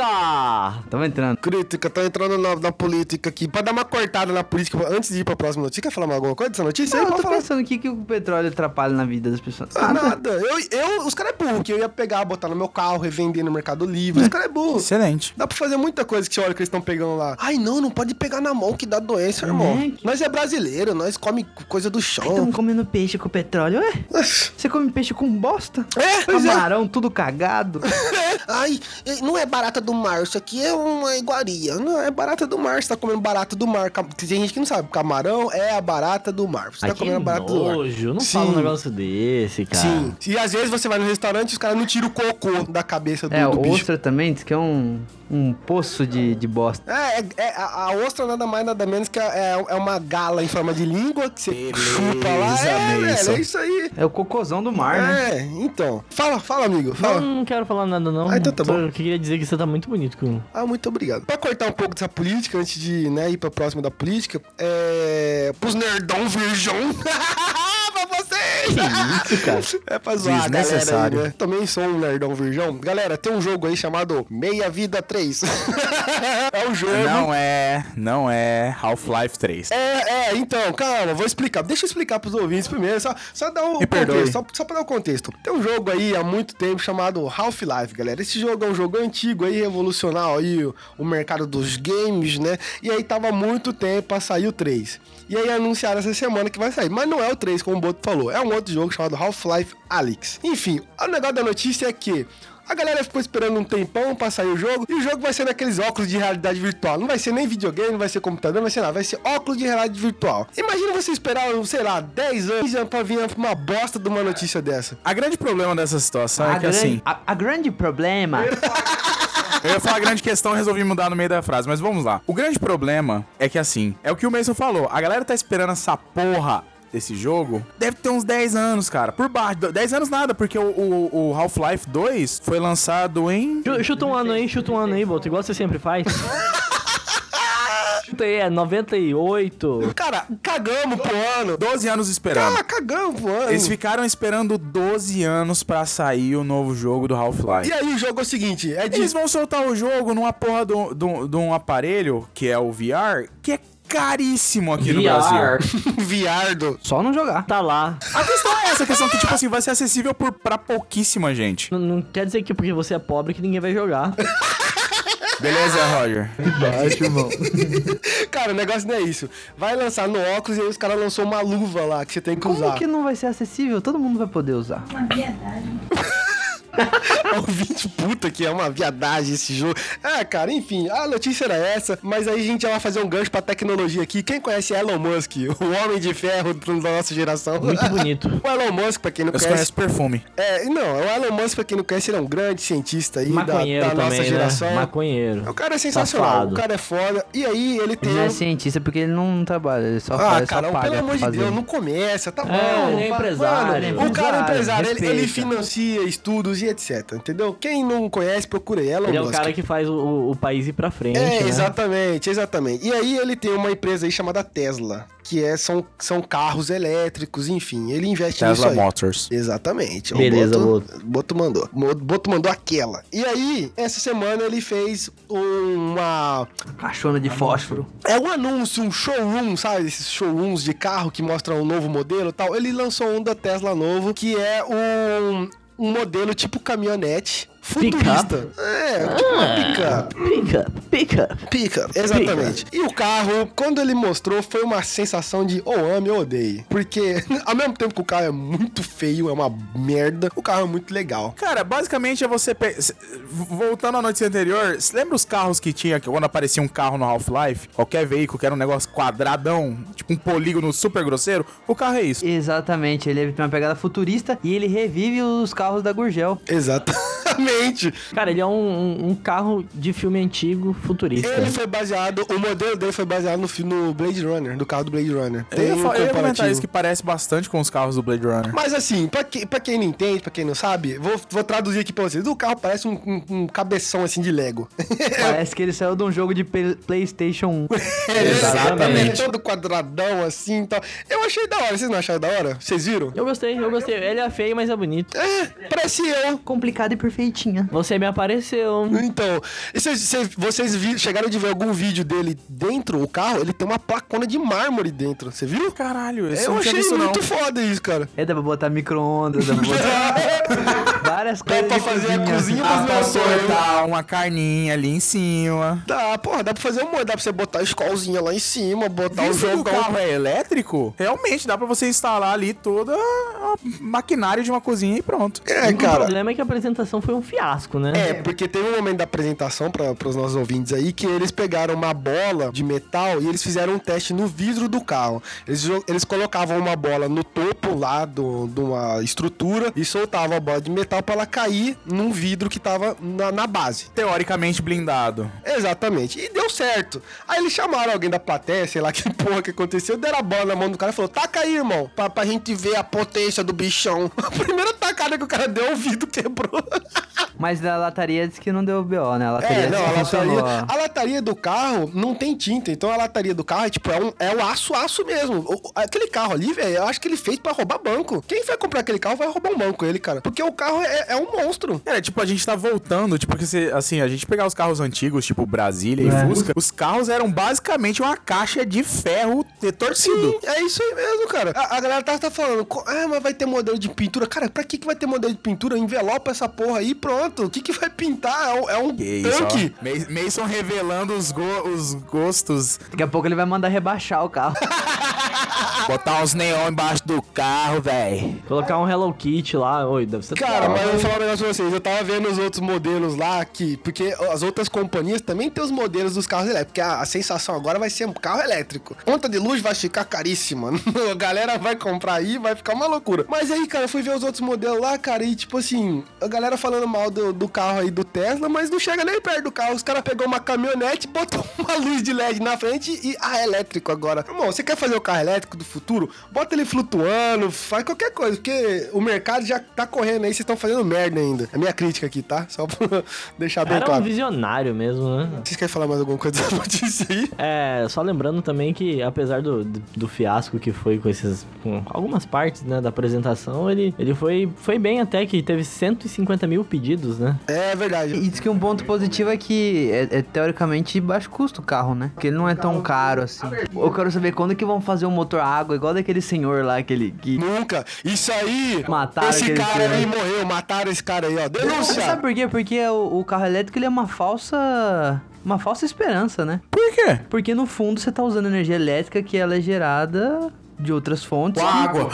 Speaker 5: Política! Tamo entrando.
Speaker 2: Crítica, tá entrando na, na política aqui. Pra dar uma cortada na política, antes de ir pra próxima notícia, quer falar mais alguma coisa dessa notícia?
Speaker 5: Não,
Speaker 2: Aí,
Speaker 5: Ah, eu
Speaker 2: pode
Speaker 5: tô
Speaker 2: falar.
Speaker 5: pensando o que, que o petróleo atrapalha na vida das pessoas.
Speaker 2: Ah, nada. Eu, eu, os caras é burro, que eu ia pegar, botar no meu carro, revender no Mercado Livre. Os caras é burro.
Speaker 3: Excelente.
Speaker 2: Dá pra fazer muita coisa que você olha que eles estão pegando lá. Ai, não, não pode pegar na mão que dá doença, irmão. Nós é brasileiro, nós come coisa do chão.
Speaker 5: Estamos comendo peixe com petróleo, é? Você come peixe com bosta?
Speaker 2: É, pois é.
Speaker 5: Camarão, tudo cagado.
Speaker 2: Ai, não é barata do mar, isso aqui é uma iguaria. Não, é barata do mar, você tá comendo barata do mar. Cam- Tem gente que não sabe, camarão é a barata do mar. Você tá
Speaker 4: Ai, que
Speaker 2: comendo barata do mar.
Speaker 4: nojo, não
Speaker 2: Sim.
Speaker 4: fala um negócio desse, cara.
Speaker 2: Sim. E às vezes você vai no restaurante e os caras não tiram o cocô da cabeça do,
Speaker 5: é,
Speaker 2: do
Speaker 5: o
Speaker 2: bicho.
Speaker 5: ostra também diz que é um, um poço de, de bosta.
Speaker 2: É, é- é- a, a ostra nada mais nada menos que é, é uma gala em forma de língua que você chupa lá. É,
Speaker 3: Mason.
Speaker 2: velho, é isso aí.
Speaker 5: É o cocôzão do mar, né?
Speaker 2: É, então. Fala, fala, amigo,
Speaker 4: Não,
Speaker 2: fala.
Speaker 4: não quero falar nada, não.
Speaker 2: Ah, então tá
Speaker 4: Só
Speaker 2: bom.
Speaker 4: Eu queria dizer que você tá muito bonito com.
Speaker 2: Ah, muito obrigado. Pra cortar um pouco dessa política, antes de né, ir pra próxima da política, é. Pros nerdão virgão. pra vocês! Que isso, cara? É pra zoar a galera aí,
Speaker 3: Desnecessário.
Speaker 2: né? Também sou um nerdão virgão. Galera, tem um jogo aí chamado Meia Vida 3. é um jogo.
Speaker 3: Não é, não é Half-Life 3.
Speaker 2: É, é, então, calma, vou explicar. Deixa eu explicar pros ouvintes primeiro, só, só dar um
Speaker 3: Me perdoe.
Speaker 2: contexto, só, só pra dar o contexto. Tem um jogo aí há muito tempo chamado Half-Life, galera. Esse jogo é um jogo antigo aí, revolucional aí, o, o mercado dos games, né? E aí tava há muito tempo pra sair o 3. E aí anunciaram essa semana que vai sair. Mas não é o 3, como o Boto falou, é um outro jogo chamado Half-Life Alyx. Enfim, o negócio da notícia é que a galera ficou esperando um tempão pra sair o jogo. E o jogo vai ser naqueles óculos de realidade virtual. Não vai ser nem videogame, não vai ser computador, não vai ser nada. Vai ser óculos de realidade virtual. Imagina você esperar, sei lá, 10 anos 15 anos pra vir uma bosta de uma notícia dessa.
Speaker 3: A grande problema dessa situação
Speaker 5: a,
Speaker 3: é que
Speaker 5: grande,
Speaker 3: assim,
Speaker 5: a, a grande problema
Speaker 3: eu ia falar a grande questão, resolvi mudar no meio da frase, mas vamos lá. O grande problema é que assim, é o que o Mason falou, a galera tá esperando essa porra desse jogo, deve ter uns 10 anos, cara, por baixo, 10 anos nada, porque o, o- o Half-Life 2 foi lançado em...
Speaker 4: Chu- Chuta um ano aí, chuta um ano aí, Boto, igual você sempre faz. Chuta aí, é 98.
Speaker 2: Cara, cagamos pro ano.
Speaker 3: 12 anos esperando.
Speaker 2: Cara, cagamos pro ano.
Speaker 3: Eles ficaram esperando 12 anos pra sair o novo jogo do
Speaker 2: E
Speaker 3: Half-Life.
Speaker 2: aí o jogo é o seguinte, é de...
Speaker 3: Eles vão soltar o jogo numa porra de um- de um de um aparelho, que é o VR, que é caríssimo aqui no Brasil.
Speaker 2: Viardo.
Speaker 5: só não jogar.
Speaker 4: Tá lá.
Speaker 3: A questão é essa, a questão que, tipo assim, vai ser acessível por, pra pouquíssima gente.
Speaker 4: Não, não quer dizer que porque você é pobre que ninguém vai jogar.
Speaker 3: Beleza, Roger?
Speaker 2: Cara, o negócio não é isso. Vai lançar no óculos e aí os caras lançou uma luva lá que você tem que
Speaker 5: Como
Speaker 2: usar.
Speaker 5: que não vai ser acessível? Todo mundo vai poder usar.
Speaker 2: Ouvinte puta que é uma viadagem esse jogo. Ah, cara, enfim, a notícia era essa, mas aí a gente já vai fazer um gancho pra tecnologia aqui. Quem conhece Elon Musk, o homem de ferro do- da nossa geração?
Speaker 4: Muito bonito.
Speaker 2: O Elon Musk, pra quem não
Speaker 3: Eu só
Speaker 2: conhece.
Speaker 3: conheço perfume.
Speaker 2: É, não, o Elon Musk, pra quem não conhece, ele é um grande cientista aí da,
Speaker 4: Maconheiro
Speaker 2: da nossa
Speaker 4: também,
Speaker 2: geração.
Speaker 4: né? Maconheiro.
Speaker 2: O cara é sensacional,
Speaker 4: Safado. assim,
Speaker 2: o cara é foda. E aí ele tem. um
Speaker 5: Ele não é cientista porque ele não trabalha, ele só
Speaker 2: Ah,
Speaker 5: faz, só
Speaker 2: cara,
Speaker 5: paga
Speaker 2: pelo amor
Speaker 5: pra
Speaker 2: de
Speaker 5: fazer.
Speaker 2: Deus, não começa, tá bom.
Speaker 4: ele é
Speaker 2: Fa-
Speaker 4: empresário,
Speaker 2: Mano,
Speaker 4: ele é
Speaker 2: o cara é
Speaker 4: empresário,
Speaker 2: empresário, ele, ele
Speaker 4: respeita.
Speaker 2: financia estudos e etc. Entendeu? Quem não conhece, procura aí. Elon
Speaker 4: Ele é o
Speaker 2: Musk.
Speaker 4: cara que faz o- o, o país ir pra frente.
Speaker 2: É,
Speaker 4: né?
Speaker 2: exatamente, exatamente. E aí ele tem uma empresa aí chamada Tesla, que é, são, são carros elétricos, enfim. Ele investe nisso
Speaker 3: Tesla
Speaker 2: aí.
Speaker 3: Motors.
Speaker 2: Exatamente. O
Speaker 4: Beleza,
Speaker 2: Boto. mandou. Mo- Boto mandou aquela. E aí, essa semana ele fez uma.
Speaker 5: Caixona de fósforo.
Speaker 2: É um anúncio, um showroom, sabe? Esses showrooms de carro que mostram um novo modelo e tal. Ele lançou um da Tesla novo, que é um, um modelo tipo caminhonete. Futurista. É, tipo uma picape.
Speaker 4: Pica, pica.
Speaker 2: Pica, exatamente. E o carro, quando ele mostrou, foi uma sensação de "Oh, ou ame ou odeie. Porque, ao mesmo tempo que o carro é muito feio, é uma merda, o carro é muito legal.
Speaker 3: Cara, basicamente é você. pe- s- Voltando à noite anterior, você lembra os carros que tinha que quando aparecia um carro no Half-Life? Qualquer veículo que era um negócio quadradão, tipo um polígono super grosseiro? O carro é isso.
Speaker 5: Exatamente, ele tem uma pegada futurista e ele revive os carros da Gurgel.
Speaker 2: Exatamente.
Speaker 4: Cara, ele é um, um- um carro de filme antigo futurista.
Speaker 2: Ele foi baseado, o modelo dele foi baseado no, fi- no Blade Runner, do carro do Blade Runner.
Speaker 3: Eu
Speaker 2: Tem
Speaker 3: ia,
Speaker 2: um
Speaker 3: fa- eu ia comentar isso
Speaker 2: comparativo.
Speaker 3: que parece bastante com os carros do Blade Runner.
Speaker 2: Mas assim, pra, que, pra quem não entende, pra quem não sabe, vou, vou traduzir aqui pra vocês. O carro parece um, um- um cabeção assim de Lego.
Speaker 5: Parece que ele saiu de um jogo de Pe- PlayStation 1.
Speaker 2: Exatamente. Todo quadradão assim e tal. Eu achei da hora. Vocês não acharam da hora? Vocês viram?
Speaker 4: Eu gostei, eu gostei. Ele é feio, mas é bonito.
Speaker 2: É, parece eu.
Speaker 6: Complicada e perfeitinha.
Speaker 4: Você me apareceu.
Speaker 2: Então, e vocês, vocês- vocês vi- chegaram de ver algum vídeo dele dentro, o carro, ele tem uma placona de mármore dentro, você viu?
Speaker 3: Caralho, esse
Speaker 2: Eu
Speaker 3: não tinha
Speaker 2: achei
Speaker 3: visto, não.
Speaker 2: muito foda isso, cara.
Speaker 5: É, dá pra botar micro-ondas, dá pra botar várias
Speaker 2: Dá
Speaker 5: coisas.
Speaker 2: pra
Speaker 5: de
Speaker 2: fazer a cozinha,
Speaker 3: Dá
Speaker 2: mas não
Speaker 3: pra
Speaker 2: é sonho.
Speaker 3: soltar Ah, uma carninha ali em cima.
Speaker 2: Dá, porra, dá pra fazer um, dá pra você botar a escolzinha lá em cima, botar o
Speaker 3: Visto que o
Speaker 2: jogão.
Speaker 3: carro é elétrico, realmente dá pra você instalar ali toda a maquinária de uma cozinha e pronto.
Speaker 2: É,
Speaker 4: O
Speaker 2: cara.
Speaker 4: problema é que a apresentação foi um fiasco, né?
Speaker 2: É, porque teve um momento da apresentação para os nossos ouvintes aí que eles pegaram uma bola de metal e eles fizeram um teste no vidro do carro. Eles, jo- eles colocavam uma bola no topo lá do- de uma estrutura e soltavam a bola de metal para ela cair num vidro que tava na, na base.
Speaker 3: Teoricamente blindado.
Speaker 2: Exatamente. E deu certo. Aí eles chamaram alguém da plateia, sei lá que porra que aconteceu, deram a bola na mão do cara e falou: taca aí, irmão, pra, pra gente ver a potência do bichão. A primeira tacada que o cara deu, o vidro quebrou.
Speaker 5: Mas a lataria disse que não deu BO, né? A lataria
Speaker 2: É,
Speaker 3: assim
Speaker 2: não, a
Speaker 5: funcionou.
Speaker 2: lataria, a lataria do carro não tem tinta, então a lataria do carro é tipo, é um, é um aço, aço mesmo. O- o- aquele carro ali, velho, eu acho que ele fez pra roubar banco. Quem vai comprar aquele carro vai roubar um banco, ele, cara. Porque o carro é, é um monstro.
Speaker 3: Cara, tipo, a gente tá voltando, tipo, que se, assim, a gente pegar os carros antigos, tipo Brasília e Fusca, os carros eram basicamente uma caixa de ferro retorcido.
Speaker 2: Sim, é isso aí mesmo, cara. A, a galera tá, tá falando, co- ah, mas vai ter modelo de pintura. Cara, pra que, que vai ter modelo de pintura? Envelopa essa porra aí, pronto. O que, que vai pintar? É um, é um
Speaker 3: Que isso, ó.
Speaker 2: tanque.
Speaker 3: Ma- Mason revelando os, go- os gostos,
Speaker 5: Daqui a pouco ele vai mandar rebaixar o carro.
Speaker 3: botar uns neon embaixo do carro, véi.
Speaker 4: Colocar um Hello Kitty lá. Oi, deve ser.
Speaker 2: Cara, mas eu vou falar um negócio pra vocês. Eu tava vendo os outros modelos lá, que, porque as outras companhias também têm os modelos dos carros elétricos. Porque a, a sensação agora vai ser um carro elétrico. Conta de luz vai ficar caríssima. A galera vai comprar aí, vai ficar uma loucura. Mas aí, cara, eu fui ver os outros modelos lá, cara, e tipo assim, a galera falando mal do, do carro aí do Tesla, mas não chega nem perto do carro. Os caras pegou uma caminhonete, botou uma luz de LED na frente e ah, é elétrico agora. Irmão, você quer fazer o carro elétrico do futuro? Bota ele flutuando, faz qualquer coisa, porque o mercado já tá correndo aí, vocês estão fazendo merda ainda. É minha crítica aqui, tá? Só pra deixar bem
Speaker 4: Cara, é um
Speaker 2: claro.
Speaker 4: visionário mesmo, né?
Speaker 2: Vocês querem falar mais alguma coisa da notícia aí?
Speaker 4: É, só lembrando também que, apesar do, do, do fiasco que foi com esses. com algumas partes, né, da apresentação, ele, ele foi, foi bem até que teve 150 mil pedidos, né?
Speaker 2: É verdade.
Speaker 5: E diz que um ponto positivo é que é, é teoricamente baixo custo o carro, né? Porque ele não é tão caro assim. Eu quero saber quando que vão fazer um motor a água igual daquele senhor lá, aquele que
Speaker 2: Nunca. Isso aí.
Speaker 5: Mataram
Speaker 2: esse
Speaker 5: aquele
Speaker 2: cara
Speaker 5: filme.
Speaker 2: aí morreu. Mataram esse cara aí, ó.
Speaker 5: Você
Speaker 2: Denúncia.
Speaker 5: sabe por quê? Porque o, o carro elétrico ele é uma falsa. Uma falsa esperança, né?
Speaker 3: Por quê?
Speaker 5: Porque no fundo você tá usando energia elétrica que ela é gerada de outras fontes.
Speaker 3: Com a água.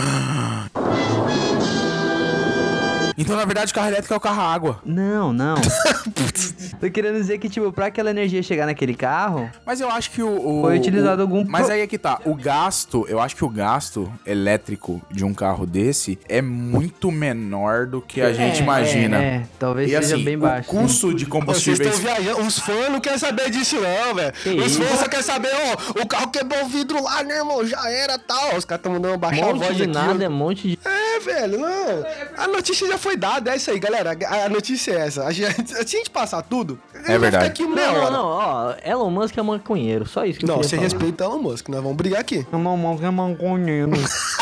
Speaker 3: Então, na verdade, o carro elétrico é o carro a água.
Speaker 5: Não, não. Tô querendo dizer que, tipo, pra aquela energia chegar naquele carro,
Speaker 3: Mas eu acho que o. o-
Speaker 5: Foi utilizado
Speaker 3: o-
Speaker 5: algum pro-
Speaker 3: Mas aí é que tá. O gasto, eu acho que o gasto elétrico de um carro desse é muito menor do que a gente imagina.
Speaker 5: é, talvez
Speaker 3: E
Speaker 5: seja
Speaker 3: assim,
Speaker 5: bem
Speaker 3: o
Speaker 5: baixo. né?
Speaker 3: custo de
Speaker 2: Vocês estão
Speaker 3: combustíveis
Speaker 2: viajando. Os fãs não querem saber disso, não, velho. Os fãs só querem saber, ó, o carro quebrou o vidro lá, né, irmão? Já era tal. Os caras estão mandando
Speaker 4: Um
Speaker 2: baixar a
Speaker 4: monte
Speaker 2: voz
Speaker 4: de
Speaker 2: aqui.
Speaker 4: nada, é um monte de.
Speaker 2: É, velho, não. A notícia já foi dado, é isso aí, galera. A a notícia é essa. A gente, se a gente passar tudo, a gente vai
Speaker 3: verdade.
Speaker 2: ficar aqui uma
Speaker 4: É Não,
Speaker 2: hora.
Speaker 4: não, não, ó, Elon Musk é maconheiro, só isso que eu
Speaker 2: Não,
Speaker 4: queria
Speaker 2: você
Speaker 4: falar.
Speaker 2: respeita o Elon Musk, nós vamos brigar aqui.
Speaker 5: Eu não mando, eu não conheço.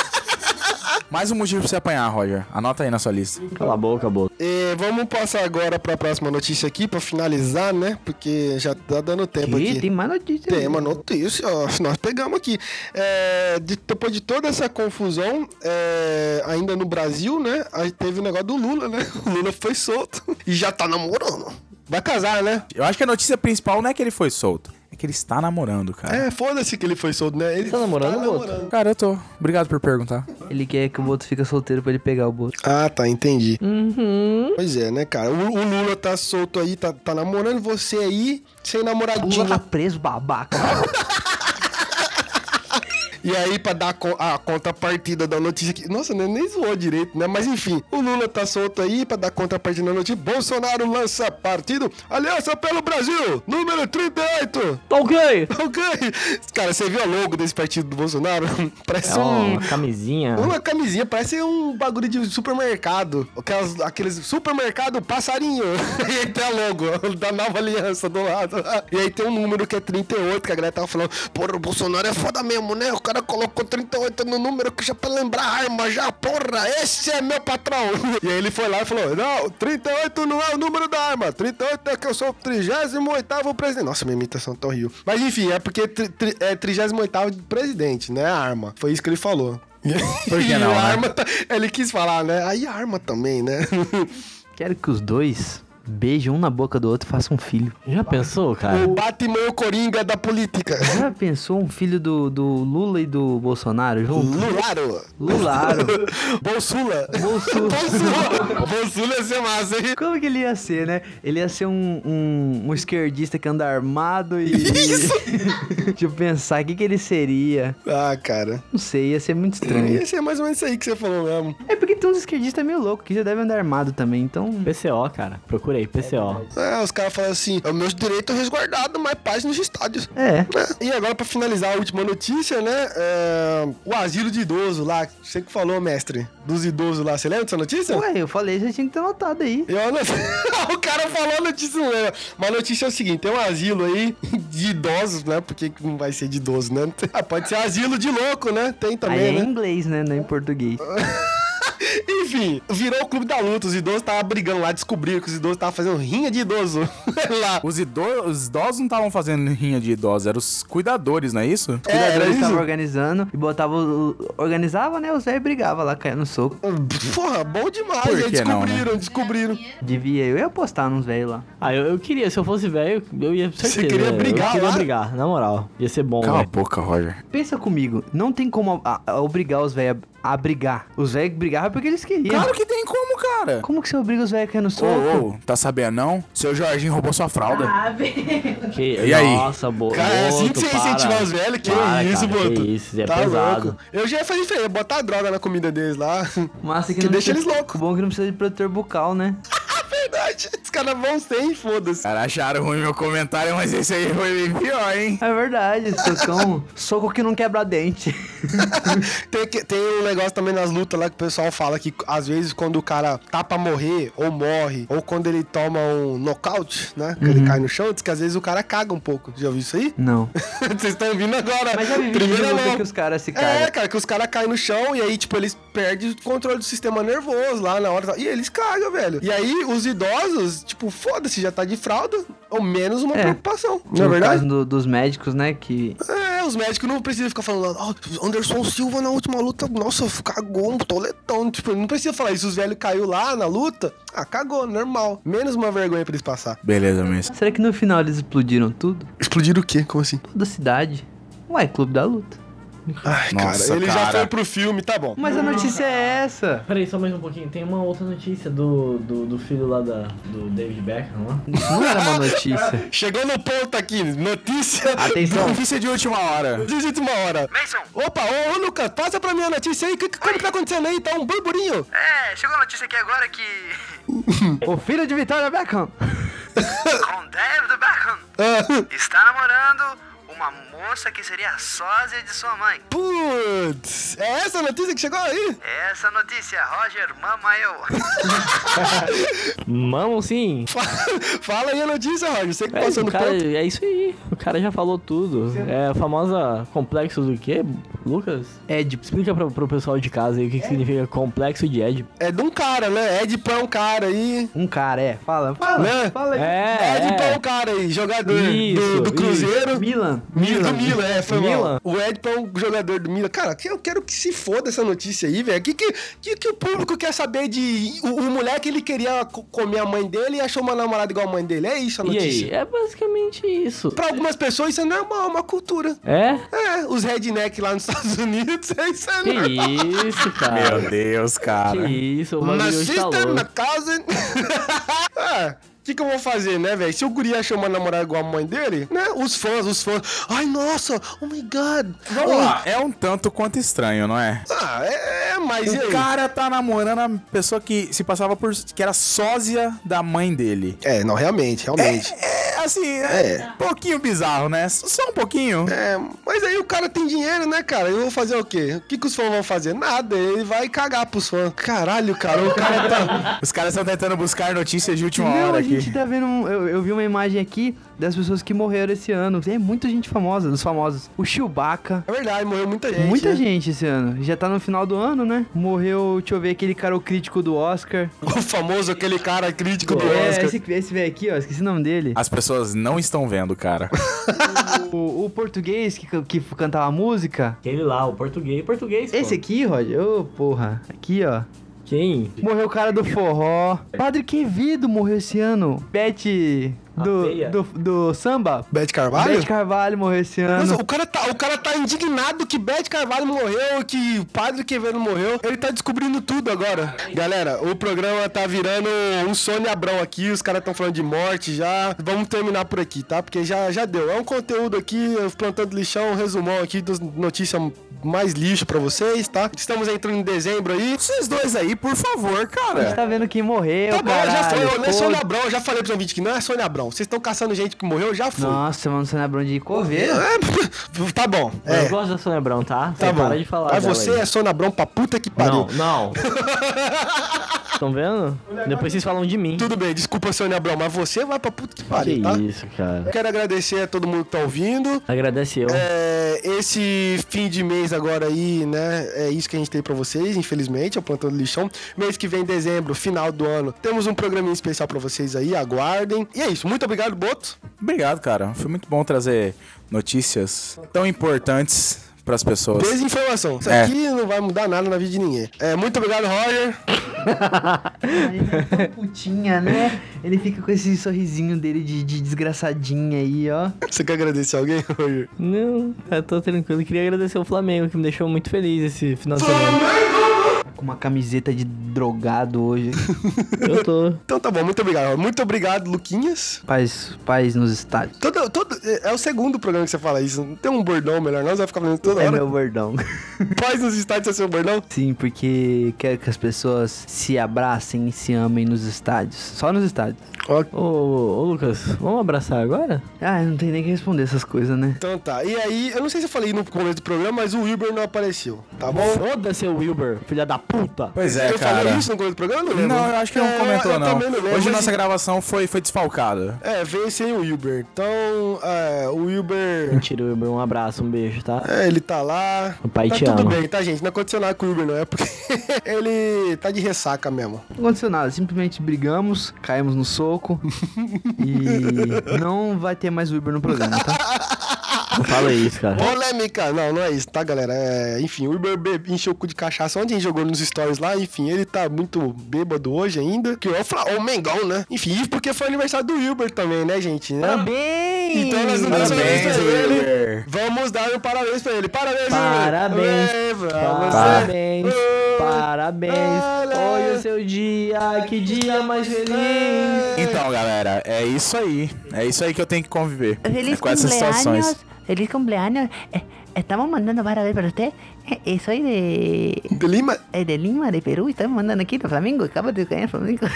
Speaker 3: Mais um motivo pra você apanhar, Roger. Anota aí na sua lista.
Speaker 4: Cala a boca, boca.
Speaker 2: E vamos passar agora pra próxima notícia aqui, pra finalizar, né? Porque já tá dando tempo
Speaker 5: Ih,
Speaker 2: aqui.
Speaker 5: tem mais notícia.
Speaker 2: Tem uma notícia, ó, nós pegamos aqui. É, de- depois de toda essa confusão, é, ainda no Brasil, né? Aí teve o negócio do Lula, né? O Lula foi solto e já tá namorando. Vai casar, né?
Speaker 3: Eu acho que a notícia principal não é que ele foi solto. É que ele está namorando, cara.
Speaker 2: É, foda-se que ele foi solto, né? Ele
Speaker 4: Tá namorando, Boto?
Speaker 3: Cara, eu tô. Obrigado por perguntar.
Speaker 5: Ele quer que o Boto fique solteiro pra ele pegar o Boto.
Speaker 2: Ah, tá, entendi.
Speaker 6: Uhum.
Speaker 2: Pois é, né, cara? O, o Lula tá solto aí, tá, tá namorando você aí, sem namoradinha.
Speaker 5: Lula tá preso, babaca.
Speaker 2: E aí, pra dar co- a contrapartida da notícia aqui. Nossa, né, nem zoou direito, né? Mas enfim, o Lula tá solto aí pra dar contrapartida da notícia. Bolsonaro lança partido Aliança pelo Brasil, número 38.
Speaker 4: Tá ok!
Speaker 2: Ok. Então, Cara, você viu a logo desse partido do Bolsonaro? Parece
Speaker 4: É
Speaker 2: um.
Speaker 4: uma camisinha.
Speaker 2: Uma camisinha, parece um bagulho de supermercado. Aquelas, aqueles supermercado passarinho. E aí tem a logo da nova aliança do lado. E aí tem um número que é 38, que a galera tava falando, porra, o Bolsonaro é foda mesmo, né? O cara colocou 38 no número que já pra lembrar a arma já, porra, esse é meu patrão. E aí ele foi lá e falou, não, 38 não é o número da arma, 38 é que eu sou o 38º presidente. Nossa, minha imitação tá horrível. Mas enfim, é porque tri, tri, é 38º presidente, né, a arma. Foi isso que ele falou.
Speaker 3: Por que
Speaker 2: E
Speaker 3: não,
Speaker 2: a
Speaker 3: né?
Speaker 2: arma tá- Ele quis falar, né? Aí a arma também, né?
Speaker 5: Quero que os dois beijem um na boca do outro e façam um filho.
Speaker 4: Já pensou,
Speaker 3: É.
Speaker 4: cara?
Speaker 2: o Batman e o Coringa da política.
Speaker 5: Já pensou um filho do, do Lula e do Bolsonaro junto?
Speaker 2: Lularo.
Speaker 5: Lularo.
Speaker 2: Bolsula.
Speaker 5: Bolsula.
Speaker 2: Bolsula. Bolsula ia ser massa, hein?
Speaker 5: Como que ele ia ser, né? Ele ia ser um, um, um esquerdista que anda armado e.
Speaker 2: Isso!
Speaker 5: Deixa eu pensar, o que, que ele seria?
Speaker 2: Ah, cara.
Speaker 5: Não sei, ia ser muito estranho.
Speaker 2: Esse é mais ou menos isso aí que você falou mesmo.
Speaker 5: É porque tem uns esquerdistas meio loucos que já devem andar armado também, então.
Speaker 4: PCO, cara. Procura aí, PCO.
Speaker 2: É, os caras falam assim, "É, meus direitos resguardados, mas paz nos estádios.
Speaker 5: É.
Speaker 2: É, E agora, pra finalizar a última notícia, né? é, O asilo de idoso lá. Você que falou, mestre, dos idosos lá. Você lembra dessa notícia?
Speaker 5: Ué, eu falei, você tinha que ter notado aí.
Speaker 2: Eu não... o cara falou a notícia, não lembra. Mas a notícia é o seguinte: tem um asilo aí de idosos, né? Porque não vai ser de idoso, né? Ah, pode ser asilo de louco, né? Tem também,
Speaker 5: aí é
Speaker 2: né?
Speaker 5: em inglês, né? Não é em português.
Speaker 2: Enfim, virou o clube da luta. Os idosos estavam brigando lá, descobriram que os idosos estavam fazendo rinha de idoso lá.
Speaker 3: Os, ido- os idosos não estavam fazendo rinha de idosos, eram os cuidadores, não é isso?
Speaker 5: Os cuidadores estavam
Speaker 2: isso.
Speaker 5: organizando e botava. o- Organizava, né? Os velhos brigavam lá, caia no soco.
Speaker 2: Porra, bom demais.
Speaker 3: Por
Speaker 2: aí
Speaker 3: que não, né?
Speaker 2: descobriram, descobriram.
Speaker 5: Devia eu ia apostar nos velhos lá.
Speaker 4: Ah, eu, eu queria, se eu fosse velho, eu ia certeza.
Speaker 2: queria
Speaker 4: eu
Speaker 2: brigar
Speaker 4: queria
Speaker 2: lá?
Speaker 4: brigar, na moral. Ia ser bom,
Speaker 3: Cala a
Speaker 4: velho.
Speaker 3: boca, Roger.
Speaker 5: Pensa comigo, não tem como a- a- obrigar os velhos a brigar. Os velhos brigavam é porque eles queriam.
Speaker 3: Claro que tem como, cara.
Speaker 5: Como que você obriga os velhos a cair no
Speaker 3: Ô,
Speaker 5: soco?
Speaker 3: ô, tá sabendo não? Seu Jorginho roubou sua fralda.
Speaker 4: Que-
Speaker 3: E aí?
Speaker 4: Nossa, boa.
Speaker 2: Cara, é assim que você incentivar os velhos, que
Speaker 4: Para,
Speaker 2: isso,
Speaker 4: cara, que
Speaker 2: Boto. Tá
Speaker 4: isso, é pesado.
Speaker 2: Eu já ia fazer isso aí, ia botar droga na comida deles lá.
Speaker 5: Massa que,
Speaker 2: Que
Speaker 5: não
Speaker 2: deixa
Speaker 5: precisa-
Speaker 2: eles loucos.
Speaker 5: Bom é que não precisa de protetor bucal, né?
Speaker 2: Verdade. Os caras vão sem, foda-se.
Speaker 3: Cara, acharam ruim meu comentário, mas esse aí foi bem pior, hein?
Speaker 5: É verdade, socão. soco que não quebra dente.
Speaker 2: tem, que- tem um negócio também nas lutas lá que o pessoal fala que às vezes quando o cara tá pra morrer ou morre, ou quando ele toma um nocaute, né? Que
Speaker 5: Uhum.
Speaker 2: ele cai no chão, diz que às vezes o cara caga um pouco. Já ouviu isso aí?
Speaker 5: Não.
Speaker 2: Vocês estão ouvindo agora.
Speaker 5: Mas já vi vídeo de
Speaker 2: Primeira
Speaker 5: luta
Speaker 2: mão.
Speaker 5: que os caras se
Speaker 2: É,
Speaker 5: cagam.
Speaker 2: cara, que os caras caem no chão e aí, tipo, eles perdem o controle do sistema nervoso lá na hora. E eles cagam, velho. E aí, os idosos, tipo, foda-se, já tá de fralda, ou menos uma
Speaker 5: É.
Speaker 2: preocupação. Não é
Speaker 5: No
Speaker 2: verdade?
Speaker 5: caso do- dos médicos, né? Que.
Speaker 2: É, os médicos não precisam ficar falando, ó, Anderson Silva na última luta, nossa, cagou um toletão. Tipo, não precisa falar isso. Os velhos caiu lá na luta, ah, cagou, normal. Menos uma vergonha pra eles passar.
Speaker 3: Beleza, mesmo.
Speaker 5: Será que no final eles explodiram tudo?
Speaker 2: Explodir o quê? Como assim?
Speaker 5: Toda a cidade? Ué, clube da luta.
Speaker 2: Ai,
Speaker 3: Nossa,
Speaker 2: cara, ele já
Speaker 3: cara.
Speaker 2: foi pro filme, tá bom.
Speaker 5: Mas a notícia é essa.
Speaker 4: Peraí, só mais um pouquinho. Tem uma outra notícia do, do, do filho lá da, do David Beckham lá.
Speaker 5: Isso não era uma notícia.
Speaker 2: Chegou no ponto aqui, notícia.
Speaker 5: Atenção.
Speaker 3: Notícia de última hora.
Speaker 2: 18 uma hora.
Speaker 8: Mason,
Speaker 2: Opa, ô, ô Lucas, passa pra minha notícia aí. Que, que- como que tá acontecendo aí? Tá um burburinho.
Speaker 8: é, chegou a notícia aqui agora que.
Speaker 5: o filho de Vitória Beckham.
Speaker 8: Com David Beckham
Speaker 2: Ah,
Speaker 5: É.
Speaker 8: está namorando uma uma moça que seria a sósia de sua mãe.
Speaker 2: Putz, é essa a notícia que chegou aí?
Speaker 8: É Essa notícia, Roger Mamael.
Speaker 4: Mano, sim.
Speaker 2: Fala aí a notícia, Roger. Você que
Speaker 4: É,
Speaker 2: passou
Speaker 4: o
Speaker 2: no
Speaker 4: cara,
Speaker 2: canto.
Speaker 4: é isso aí. O cara já falou tudo. É a famosa complexo do quê, Lucas?
Speaker 5: Édipo.
Speaker 4: É, Explica pra, pro pessoal de casa aí o que, que significa complexo de Édipo.
Speaker 2: É de um cara, né? É de pão um cara aí.
Speaker 5: Um cara, é. Fala, fala.
Speaker 2: Né?
Speaker 5: Fala aí.
Speaker 2: É, de pão um
Speaker 4: é.
Speaker 2: cara aí, jogador
Speaker 4: Isso,
Speaker 2: do, do Cruzeiro.
Speaker 8: É.
Speaker 5: Milan.
Speaker 2: Milan. Do Milan, é, foi
Speaker 4: Milan.
Speaker 2: mal. O Edson é um jogador do Milan. Cara, que- eu quero que se foda essa notícia aí, velho. O que, que, que, que o público quer saber de... O, o moleque, ele queria co- comer a mãe dele e achou uma namorada igual a mãe dele. É isso a
Speaker 4: E
Speaker 2: notícia.
Speaker 4: aí? É basicamente isso.
Speaker 2: Pra algumas pessoas, isso é normal, é uma cultura.
Speaker 4: É?
Speaker 2: É, os redneck lá nos Estados Unidos, é isso aí.
Speaker 4: Que
Speaker 2: normal.
Speaker 4: isso, cara.
Speaker 3: Meu Deus, cara.
Speaker 4: Que isso, o bagulho hoje tá
Speaker 2: Nascista é na
Speaker 4: louco.
Speaker 2: casa. ah, o que, que eu vou fazer, né, velho? Se o guri achou uma namorada igual a mãe dele, né? Os fãs, os fãs. Ai, nossa, oh my god.
Speaker 3: Vamos
Speaker 2: Oh,
Speaker 3: lá, é um tanto quanto estranho, não é?
Speaker 2: Ah, é, é mas e
Speaker 3: O
Speaker 2: aí?
Speaker 3: cara tá namorando a pessoa que se passava por. que era sósia da mãe dele.
Speaker 2: É, não, realmente, realmente.
Speaker 3: É, assim, é.
Speaker 2: É.
Speaker 3: pouquinho bizarro, né? Só um pouquinho.
Speaker 2: É, mas aí o cara tem dinheiro, né, cara? Eu vou fazer o quê? O que, que os fãs vão fazer? Nada, ele vai cagar pros fãs. Caralho, cara, o cara tá.
Speaker 3: Os caras estão tentando buscar notícias de última
Speaker 5: Não,
Speaker 3: hora
Speaker 5: a
Speaker 3: aqui.
Speaker 5: gente tá vendo. um- eu, eu vi uma imagem aqui das pessoas que morreram esse ano. Tem muita gente famosa, dos famosos. O Chewbacca.
Speaker 2: É verdade, morreu muita gente.
Speaker 5: Muita
Speaker 2: né?
Speaker 5: gente esse ano. Já tá no final do ano, né? Morreu, deixa eu ver, aquele cara o crítico do Oscar.
Speaker 2: O famoso aquele cara crítico do
Speaker 5: é,
Speaker 2: Oscar. Ah.
Speaker 5: esse, esse velho aqui, ó, esqueci o nome dele.
Speaker 3: As pessoas não estão vendo, cara.
Speaker 5: O, o português que, can- que cantava música.
Speaker 4: Aquele lá, o português. Português, pô.
Speaker 5: Esse aqui, Roger. Ô, porra. Aqui, ó.
Speaker 4: Quem?
Speaker 5: Morreu o cara do forró. Padre Quevedo morreu esse ano. Bete
Speaker 4: A
Speaker 5: do,
Speaker 4: feia.
Speaker 5: do, do samba.
Speaker 2: Beth Carvalho?
Speaker 5: Bete Carvalho morreu esse ano.
Speaker 2: Nossa, o cara, tá, o cara tá indignado que Beth Carvalho morreu, que o Padre Quevedo morreu. Ele tá descobrindo tudo agora. Galera, o programa tá virando um Sônia Abrão aqui. Os caras tão falando de morte já. Vamos terminar por aqui, tá? Porque já, já deu. É um conteúdo aqui, plantando lixão, um resumão aqui das notícias mais lixo pra vocês, tá? Estamos entrando em dezembro aí.
Speaker 3: Vocês dois aí, por favor,
Speaker 5: A gente
Speaker 3: cara.
Speaker 5: tá vendo quem morreu,
Speaker 2: Tá bom, já
Speaker 5: caralho.
Speaker 2: foi. Não é
Speaker 5: Pô,
Speaker 2: Sônia Abrão. Eu já falei pros ouvintes que não é Sônia Abrão. Vocês estão caçando gente que morreu, já foi.
Speaker 5: Nossa, mano, você não é Brão de Coveiro.
Speaker 2: É, tá bom.
Speaker 4: Eu
Speaker 2: É.
Speaker 4: gosto da Sônia Brown, tá?
Speaker 2: Tá
Speaker 4: Você
Speaker 2: bom.
Speaker 4: Para de falar
Speaker 2: Mas
Speaker 4: dela
Speaker 2: você
Speaker 4: aí.
Speaker 2: é Sônia Abrão pra puta que pariu.
Speaker 4: Não, não. Estão vendo? Depois vocês falam de mim.
Speaker 2: Tudo bem, desculpa, Sônia Abrão, mas você vai pra puta que
Speaker 4: Que
Speaker 2: pariu, tá?
Speaker 4: isso, cara.
Speaker 2: Quero agradecer a todo mundo que tá ouvindo.
Speaker 4: Agradece eu.
Speaker 2: É, esse fim de mês agora aí, né? É isso que a gente tem pra vocês, infelizmente, é o plantão do lixão. Mês que vem, dezembro, final do ano, temos um programinha especial pra vocês aí, aguardem. E é isso, muito obrigado, Boto.
Speaker 3: Obrigado, cara. Foi muito bom trazer notícias tão importantes pras pessoas.
Speaker 2: Desinformação. Isso
Speaker 3: É.
Speaker 2: aqui não vai mudar nada na vida de ninguém. É, muito obrigado, Roger.
Speaker 5: Ele é tão putinha, né? Ele fica com esse sorrisinho dele de, de desgraçadinha aí, ó.
Speaker 2: Você quer agradecer alguém, Roger?
Speaker 4: Não, eu tô tranquilo. Queria agradecer o Flamengo, que me deixou muito feliz esse final de semana.
Speaker 5: Com uma camiseta de drogado hoje.
Speaker 4: Eu tô.
Speaker 2: Então tá bom, muito obrigado. Roger. Muito obrigado, Luquinhas.
Speaker 5: Paz, paz nos estádios.
Speaker 2: Todo, todo, é é o segundo programa que você fala isso. Não tem um bordão melhor, não? Você vai ficar falando toda
Speaker 5: É
Speaker 2: hora.
Speaker 5: meu bordão.
Speaker 2: Paz nos estádios é seu bordão?
Speaker 5: Sim, porque quero que as pessoas se abracem e se amem nos estádios. Só nos estádios.
Speaker 4: Ô, ô, Lucas, vamos abraçar agora?
Speaker 2: Tá
Speaker 5: Ah, não tem nem que responder essas coisas, né?
Speaker 2: Então tá. E aí, eu não sei se eu falei no começo do programa, mas o Wilber não apareceu, tá bom?
Speaker 4: Foda-se, Wilber, filha da puta.
Speaker 3: Pois é,
Speaker 2: eu falei
Speaker 3: cara.
Speaker 2: isso no começo do programa? Eu não lembro.
Speaker 3: Não, eu acho que não
Speaker 2: É,
Speaker 3: comentou,
Speaker 2: eu
Speaker 3: não.
Speaker 2: também não lembro,
Speaker 3: Hoje
Speaker 2: mas-
Speaker 3: nossa gravação foi, foi desfalcada.
Speaker 2: É, veio sem o Wilber. Então, é, o Wilber...
Speaker 4: Mentira, Wilber, um abraço, um beijo, tá?
Speaker 2: É, ele tá lá.
Speaker 4: O pai
Speaker 2: tá
Speaker 4: te
Speaker 2: tudo
Speaker 4: ama.
Speaker 2: bem, tá, gente? Não aconteceu nada com o Wilber, não é? Porque ele tá de ressaca mesmo.
Speaker 5: Não aconteceu nada, simplesmente brigamos, caímos no soco e não vai ter mais Uber no programa, tá?
Speaker 4: Não fala isso, cara.
Speaker 2: Polêmica! Não, não é isso, tá, galera? É, enfim, o Uber be- encheu o cu de cachaça ontem, jogou nos stories lá, enfim, ele tá muito bêbado hoje ainda. Que eu falo, ô Mengão, né? Enfim, e porque foi aniversário do Uber também, né, gente? Né?
Speaker 5: Parabéns!
Speaker 2: Então nós não damos parabéns
Speaker 3: Parabéns,
Speaker 2: pra ele.
Speaker 3: Uber.
Speaker 2: Vamos dar um parabéns pra ele. Parabéns,
Speaker 4: Parabéns,
Speaker 2: Uber!
Speaker 4: Parabéns,
Speaker 2: Oi.
Speaker 4: parabéns.
Speaker 2: Olha.
Speaker 4: Hoje é seu dia, que dia mais
Speaker 2: É.
Speaker 4: feliz.
Speaker 3: Então, galera, é isso aí. É isso aí que eu tenho que conviver.
Speaker 6: Feliz
Speaker 3: é com essas situações.
Speaker 6: cumpleaños. Feliz cumpleaños. Eh, estamos mandando para ver para usted. Eh, eh, soy de,
Speaker 2: De Lima.
Speaker 6: eh, de Lima, de Perú. Estamos mandando aquí de Flamengo. Acabo de caer en Flamengo.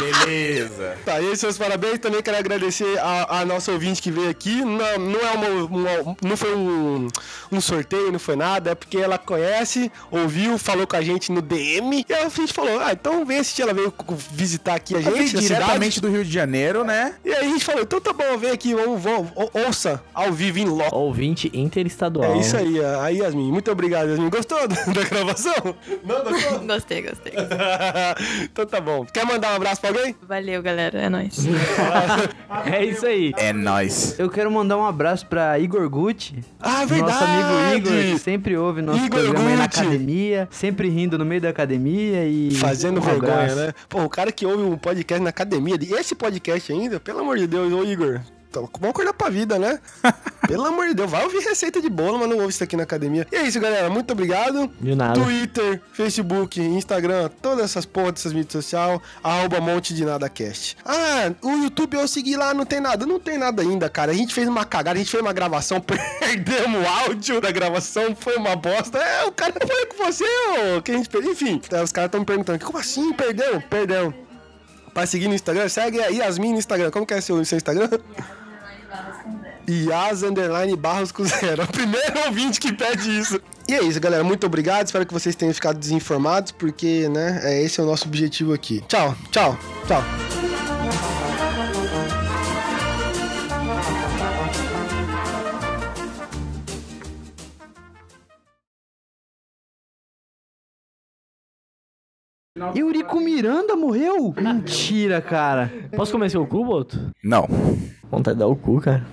Speaker 3: Beleza.
Speaker 2: Tá, e aí, seus parabéns. Também quero agradecer a, a nossa ouvinte que veio aqui. Não, não, é uma, uma- não foi um, um sorteio, não foi nada. É porque ela conhece, ouviu, falou com a gente no DM. E a gente falou, ah, então vem assistir. Ela veio cu- visitar aqui a
Speaker 3: Eu vim
Speaker 2: gente, a cidade.
Speaker 3: diretamente do Rio de Janeiro, né?
Speaker 2: E aí a gente falou, então tá bom, vem aqui, vamos, vamos, ou- ouça ao vivo em loco.
Speaker 4: Ouvinte interestadual.
Speaker 2: É isso aí, a- aí Yasmin. Muito obrigado, Yasmin. Gostou da da gravação? Não, gostou?
Speaker 9: Gostei, gostei.
Speaker 2: então tá bom. Quer mandar um abraço pra alguém?
Speaker 9: Valeu, galera. É nóis.
Speaker 4: É isso aí.
Speaker 3: É nóis.
Speaker 5: Eu quero mandar um abraço pra Igor Gucci.
Speaker 2: Ah,
Speaker 5: Nosso amigo Igor, que sempre ouve nosso
Speaker 2: Igor
Speaker 5: programa aí na
Speaker 2: Gucci.
Speaker 5: academia, sempre rindo no meio da academia e.
Speaker 2: Fazendo
Speaker 5: um
Speaker 2: vergonha,
Speaker 5: abraço.
Speaker 2: né? Pô, o cara que ouve um podcast na academia, e esse podcast ainda, pelo amor de Deus, ô Igor. Tá, Vamos acordar pra vida, né? Pelo amor de Deus, vai ouvir receita de bolo, mas não ouve isso aqui na academia. E é isso, galera. Muito obrigado.
Speaker 4: De nada.
Speaker 2: Twitter, Facebook, Instagram, todas essas porras dessas mídias sociais, arroba monte de nada cast. Ah, o YouTube eu segui lá, não tem nada. Não tem nada ainda, cara. A gente fez uma cagada, a gente fez uma gravação, perdemos o áudio da gravação, foi uma bosta. É, o cara foi com você, ô, que a gente perdeu. Enfim, tá, os caras estão me perguntando, como assim? Perdeu? Perdeu. Pra seguir no Instagram, segue a Yasmin no Instagram. Como que é seu, seu Instagram? Yas Underline Barros com zero. É O primeiro ouvinte que pede isso. E é isso, galera. Muito obrigado. Espero que vocês tenham ficado desinformados, porque, né, é esse é o nosso objetivo aqui. Tchau, tchau, tchau.
Speaker 5: Eurico Miranda morreu? Mentira, cara.
Speaker 4: Posso comer seu cu, Boto?
Speaker 3: Não.
Speaker 4: Vontade de dar o cu, cara.